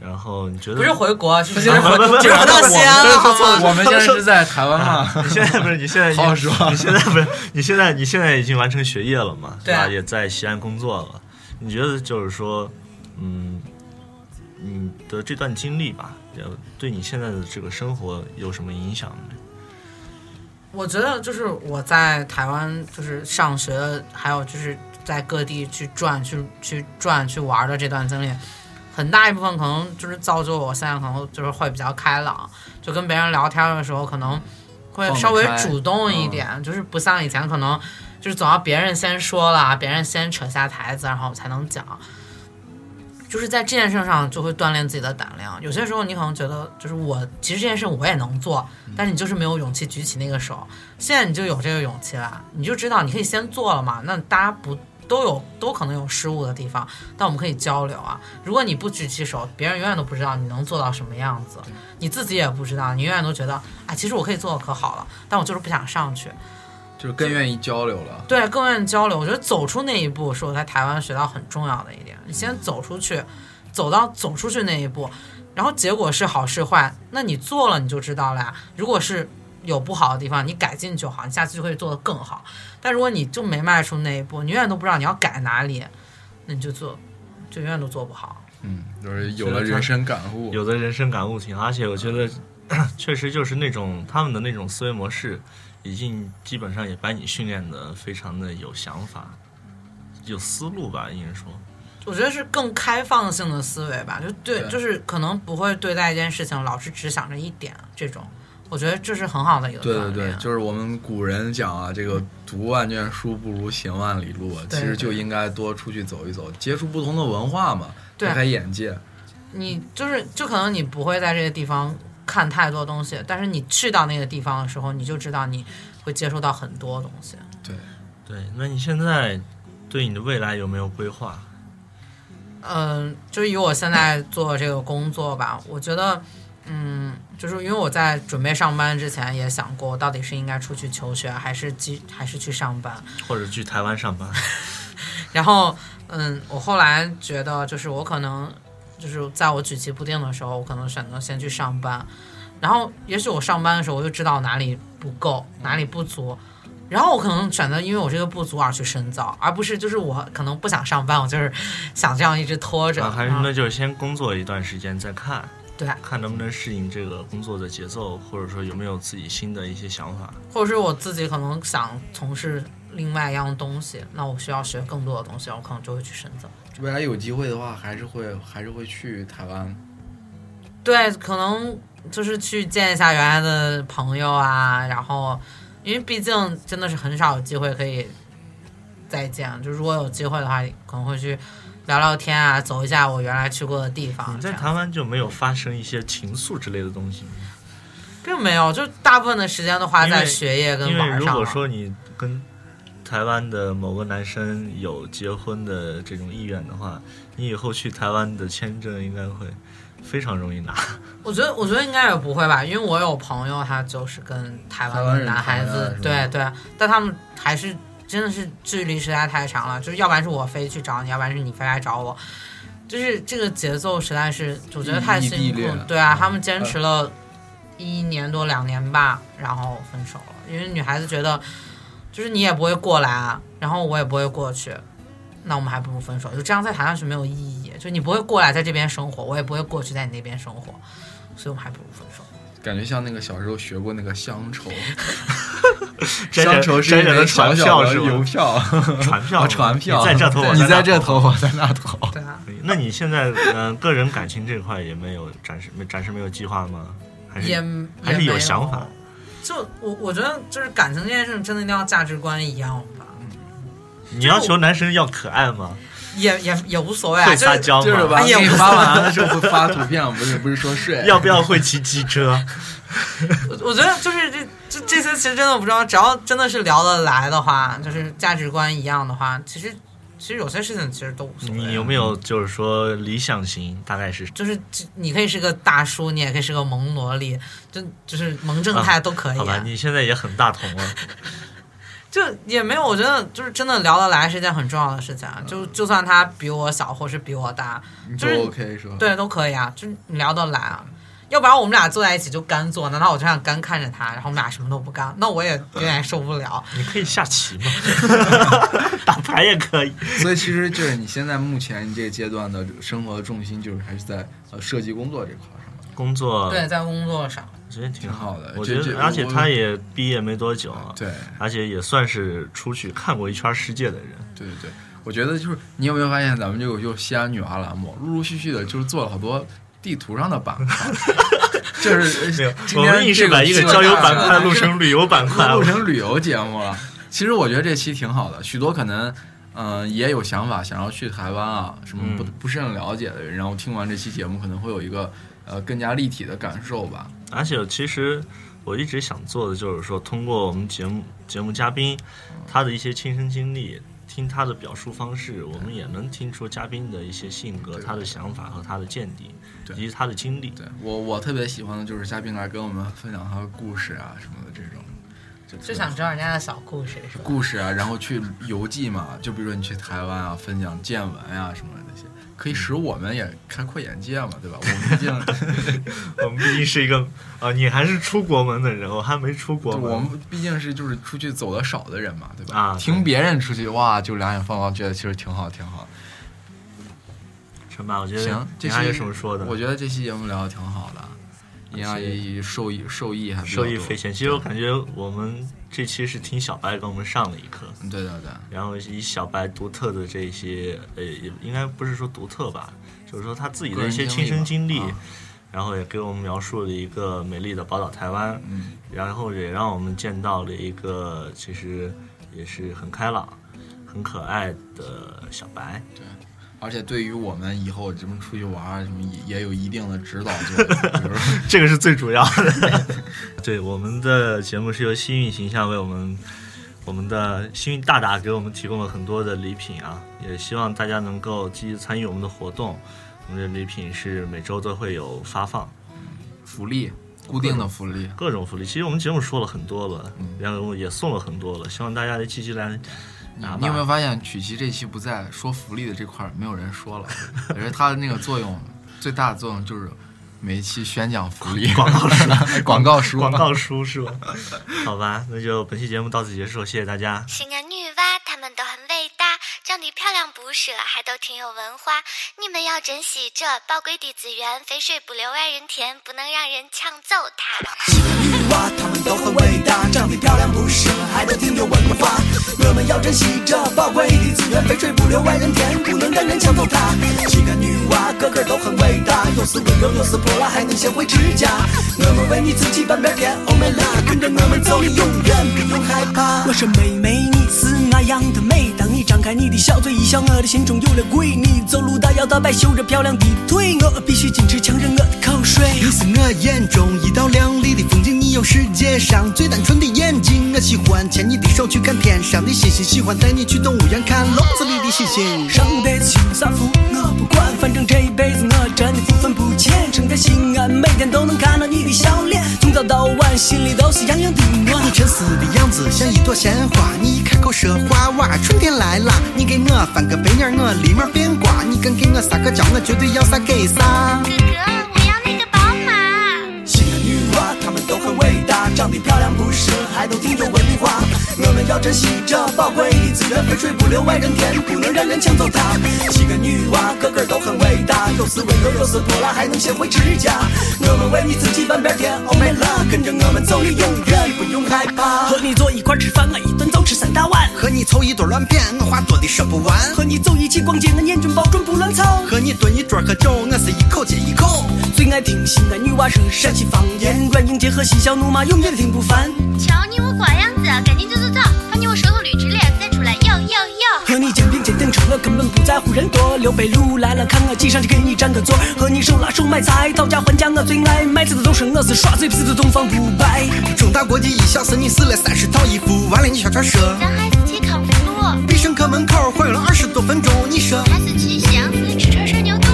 然后你觉得
不是回国，就是
不是不是不
就是是回到西安了，啊好吗？
我们现在是在台湾嘛，
你现在 不是你现在已
好好
经
说。
你现在不是你现在你现在已经完成学业了嘛？
对
是
啊
吧？也在西安工作了。你觉得就是说，嗯，你的这段经历吧，呃对你现在的这个生活有什么影响没？
我觉得就是我在台湾就是上学，还有就是在各地去转、去去转、去玩的这段经历，很大一部分可能就是造就我现在可能就是会比较开朗，就跟别人聊天的时候可能会
放得
稍微
开
主动一点，就是不像以前可能就是总要别人先说了，别人先扯下台子，然后我才能讲。就是在这件事上就会锻炼自己的胆量。有些时候你可能觉得，就是我其实这件事我也能做，但是你就是没有勇气举起那个手。现在你就有这个勇气了，你就知道你可以先做了嘛。那大家不都有都可能有失误的地方，但我们可以交流啊。如果你不举起手，别人永远都不知道你能做到什么样子，你自己也不知道，你永远都觉得，哎，其实我可以做的可好了，但我就是不想上去。
就是更愿意交流了。
对，更愿意交流。我觉得走出那一步是我在台湾学到很重要的一点。你先走出去，走到走出去那一步，然后结果是好是坏，那你做了你就知道了呀。如果是有不好的地方，你改进就好，你下次就会做得更好。但如果你就没迈出那一步，你永远都不知道你要改哪里，那你就做，就永远都做不好。
嗯，就是有了人生感悟，
有的人生感悟挺，而且我觉得
嗯
确实就是那种他们的那种思维模式，已经基本上也把你训练的非常的有想法，有思路吧，应该说。
我觉得是更开放性的思维吧，就对，
对
就是可能不会对待一件事情老是只想着一点这种，我觉得这是很好的一个啊
对
锻
对对
炼，。
就是我们古人讲啊，这个读万卷书不如行万里路，啊，其
对
实
对
就应该多出去走一走，接触不同的文化嘛，
对
开开眼界。
你就是就可能你不会在这个地方看太多东西，但是你去到那个地方的时候，你就知道你会接触到很多东西。
对，
对，那你现在对你的未来有没有规划？
嗯，就是以我现在做这个工作吧，我觉得，嗯，就是因为我在准备上班之前也想过，我到底是应该出去求学，还是继还是去上班。
或者去台湾上班？
然后，嗯，我后来觉得，就是我可能就是在我举棋不定的时候，我可能选择先去上班，然后也许我上班的时候我就知道哪里不够，哪里不足。然后我可能选择因为我这个不足而去深造，而不是就是我可能不想上班，我就是想这样一直拖着。
啊，还是
然后
那就是先工作一段时间再看，
对，
看能不能适应这个工作的节奏，或者说有没有自己新的一些想法。
或者是我自己可能想从事另外一样东西，那我需要学更多的东西，我可能就会去深造。
未来有机会的话，还是会还是会去台湾。
对，可能就是去见一下原来的朋友啊，然后，因为毕竟真的是很少有机会可以再见，就如果有机会的话，可能会去聊聊天啊，走一下我原来去过的地方。
你在
这样
台湾就没有发生一些情愫之类的东西吗？
并没有，就大部分的时间都花
因为
在学业跟
因为
玩
如
上啊
果
了。
说你跟台湾的某个男生有结婚的这种意愿的话，你以后去台湾的签证应该会非常容易拿。
我觉得，我觉得应该也不会吧，因为我有朋友，他就是跟台
台
湾
湾
的
人啊
男孩
谈恋爱
子
是，吧
对对，但他们还是真的是距离实在太长了，就是要不然是我飞去找你，要不然是你飞来找我，就是这个节奏实在是，我觉得太
异地
辛苦
恋
了。对啊
嗯，
他们坚持了一年多两年吧，然后分手了，因为女孩子觉得，就是你也不会过来啊，然后我也不会过去。那我们还不如分手，就这样再谈下去没有意义。就你不会过来在这边生活，我也不会过去在你那边生活，所以我们还不如分手。
感觉像那个小时候学过那个乡 愁，
沾染
乡愁是
沾
一
染
枚
的船
小
票
小的
是吗
邮票，
船票
啊
嘛，
船票，
你在这头，我
你在
那
这
头。
头，我在那头。
对啊，
那你现在嗯、呃个人感情这块也没有暂时没暂时没有计划吗？还是
也
还是
也没
有想法。
就我我觉得就是感情这件事情，真的一定要价值观一样吧，
你要求男生要可爱吗？
也也也无所谓啊。
会
就是
撒娇
就是
吗？
吧，
哎呀
给你
我
发完了之后会发图片，不是不是说睡，
要不要会骑机车？
我我觉得就是这这这些其实真的不重要，只要真的是聊得来的话，就是价值观一样的话，其实其实有些事情其实都无所谓啊。
你有没 有就是说理想型大概是？
就是这你可以是个大叔，你也可以是个萌萝莉，就就是萌正太都可以、
啊
啊
好吧，你现在也很大同了，
就也没有，我觉得就是真的聊得来是一件很重要的事情啊。就就算他比我小，或是比我大，
你
就是
就 OK 是吧？
对，都可以啊，就是你聊得来啊。要不然我们俩坐在一起就干坐，难道我就想干看着他，然后我们俩什么都不干？那我也有点受不了。
你可以下 棋吗？打牌也可以。
所以其实就是你现在目前这个阶段的生活重心，就是还是在呃设计工作这块儿上面。
工作
对，在工作上，
我觉得挺
挺好的
我
这
觉
这
得，而且
我
他也毕业没多久啊，
对
而且也算是出去看过一圈世界的人。
对对对，我觉得就是你有没有发现咱们这个就西安女娃栏目，陆陆续续的就是做了好多地图上的板块， 就是
没有
呃，今
我们
天
硬是把一个交友板块录成旅游板块
录
了。
成旅游节目了。其实我觉得这期挺好的，许多可能。嗯，也有想法想要去台湾啊，什么不
嗯
不是很了解的人，然后听完这期节目可能会有一个呃更加立体的感受吧。
而且其实我一直想做的就是说，通过我们节目节目嘉宾他的一些亲身经历，听他的表述方式，我们也能听出嘉宾的一些性格、
对
他的想法和他的见地，
对
以及他的经历。
对我我特别喜欢的就是嘉宾来跟我们分享他的故事啊什么的这种，
这
就想知道人家的小故事是吧？
故事啊，然后去游记嘛，就比如说你去台湾啊，分享见闻啊什么的那些，可以使我们也开阔眼界嘛，对吧？我们毕竟
我们毕竟是一个啊，你还是出国门的人， 我还没出国门。
我们毕竟是就是出去走的少的人嘛，对吧？
啊对
听别人出去哇，就两眼放光，觉得其实挺好，挺好。
陈爸，我觉得
行，这
你
期
还有什么说的？
我觉得这期节目聊的挺好的，也让
而且
也受益受益还比较
受益
多
匪浅。其实我感觉我们这期是听小白给我们上了一课，
嗯对对对。
然后以小白独特的这些，呃，也应该不是说独特吧，就是说他自己的一些亲身经历，
个人经历吧啊
然后也给我们描述了一个美丽的宝岛台湾，
嗯
然后也让我们见到了一个其实也是很开朗、很可爱的小白。
而且对于我们以后什么出去玩儿什么也也有一定的指导作用，比如说
这个是最主要的。 对，我们的节目是由幸运形象为我们，我们的幸运大大给我们提供了很多的礼品啊，也希望大家能够积极参与我们的活动。我们的礼品是每周都会有发放
福利，固定的福利。
各种福利。其实我们节目说了很多了，然后也送了很多了，希望大家来积极来
你
拿吧。
你有没有发现曲奇这期不在说福利的这块儿没有人说了，而是它的那个作用最大的作用就是每一期宣讲福利广告 书广告书
广告书是吧？好吧，那就本期节目到此结束，谢谢大家。
是个女娲，她们都很伟大，长得漂亮不是了，还都挺有文化。你们要珍惜这宝贵的资源，肥水不流外人田，不能让人抢走它。
女娲，她们都很伟大，长得漂亮不是吗？还都挺有文化。我们要珍惜这宝贵的资源，肥水不流外人田，不能让人抢走它。几个女娲个个都很伟大，有时温柔，有时泼辣，还能学会持家。我们为你自己半边天，Oh my love，跟着我们走，你永远不用害怕。我说妹妹，你是那样的美，当你张开你的小嘴一笑，我的心中有了鬼。你走路大摇大摆，秀着漂亮的腿，我必须坚持强忍我的口水。
你是我眼中一道亮丽的风景，你有世界上最单纯的眼睛。我喜欢牵你的手去看天上的星星，喜欢带你去动物园看笼子里的猩猩。
上辈子修啥福我不管，反正这一辈子我真的不分不欠。生在西安，每天都能看到你的笑脸，从早到晚心里都是洋洋的暖
你。沉思的样子像一朵鲜花，你一开口说话哇，春天来了。你给我翻个白眼儿，我立马变卦。你敢给我撒个娇，我绝对要啥给啥。
哥哥，我要那个宝马。
西安女娲，她们都很伟大，长得漂亮不是，还都挺有文化。我们要珍惜这宝贵的资源，肥水不流外人田，不能让人抢走它。西安女娲个个都很伟大，有时温柔，有时泼辣，还能学会持家。我们为你自己半边天，Oh my love，跟着我们走，你永远不用害怕。和你坐一块吃饭，我一顿早吃三大碗。
和你凑一堆乱编，我话多的说不完。
和你走一起逛街，我眼睛保准不乱操。
和你蹲一桌喝酒，我是一口接一口。
最爱听西安女娲说陕西方言，软硬结合，嬉笑怒骂，永远听不烦。
瞧你我瓜样子，赶紧走走走，把你我舌头捋直了，再出来哟哟哟！
和你肩并肩等车，我根本不在乎人多。刘备路来了，看我挤上去给你占个座。和你手拉手买菜，讨价还价我最爱。卖菜的都是我是耍嘴皮子的东方不败。
中大国际一小时你试了三十套衣服，完了你小船说。
咱还是去康菲路，
必胜客门口晃悠了二十多分钟，你说
还是去西洋寺吃串涮牛肚。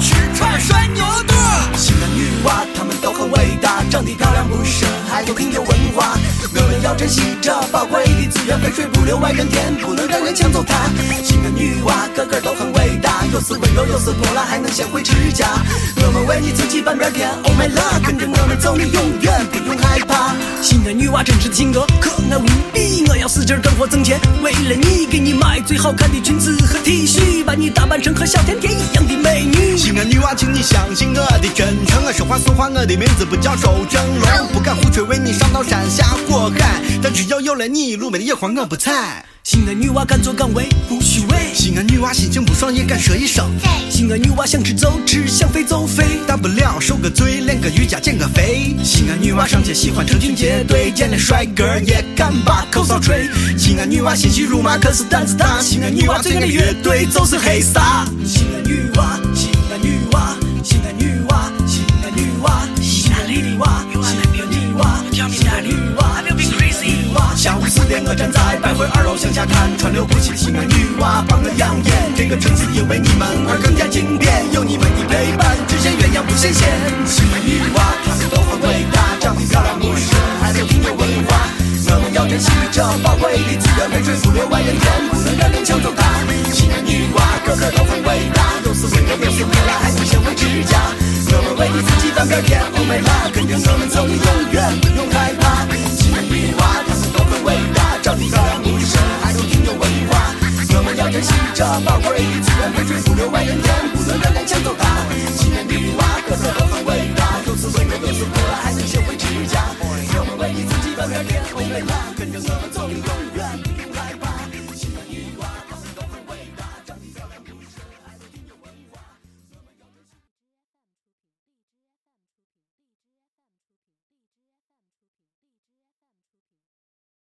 吃串涮牛肚。
西安女娲，她们都很伟大，长得漂亮不是，还都挺有文化。我们要珍惜这宝贵的资源，肥水不流外人田，不能让人抢走它。西安女娲个个都很伟大，有时温柔，有时泼辣，还能学会持家。我们为你自己半边天，Oh my love，跟着我们走，你永远不用害怕。西安女娲真实的性格可爱无比，我要使劲干活挣钱，为了你给你买最好看的裙子和 T 恤，把你打扮成和小甜甜一样的美女。
西安女娃，请你相信我的真诚。我说话算话，我的名字不叫周正龙，不敢胡吹，为你上刀山下火海。但只要有了你，路边的野花我不采。
西安女娲敢作敢为，不虚伪。
西安女娃心情不爽也敢说一声，
西安女娲想吃就吃，想飞就飞。
大不了受个罪，练个瑜伽减个肥。西安女娃上街喜欢成群结队，见了帅哥也敢把口哨吹。西安女娃心细如麻，可是胆子大。西安女娃最爱的乐队就是黑撒。
西安女娲，西安女娲，西安女娲，西安女娲，西安女娲，西安女娲，西安女娲，西安女娲。下午四点，我站在百汇二楼向下看，川流不息的西安女娲帮我养眼。这个城市因为你们而更加经典，有你们的陪伴，只羡鸳鸯不羡仙。西安女娲，她们都很伟大，长得漂亮不是，还都挺有文化。这宝贵的资源，肥水不流外人田，不能让人抢走它。西南女娲个个都很伟大，有思维有有思维啦，还体现为指甲。我们为你自己翻篇天，Oh my god，跟着我们走，你永远不用害怕。西南女娲，她们都很伟大，长得漂亮不是，还都挺有文化。我们要珍惜这宝贵的资源，肥水不流外人田，不能让人抢走它。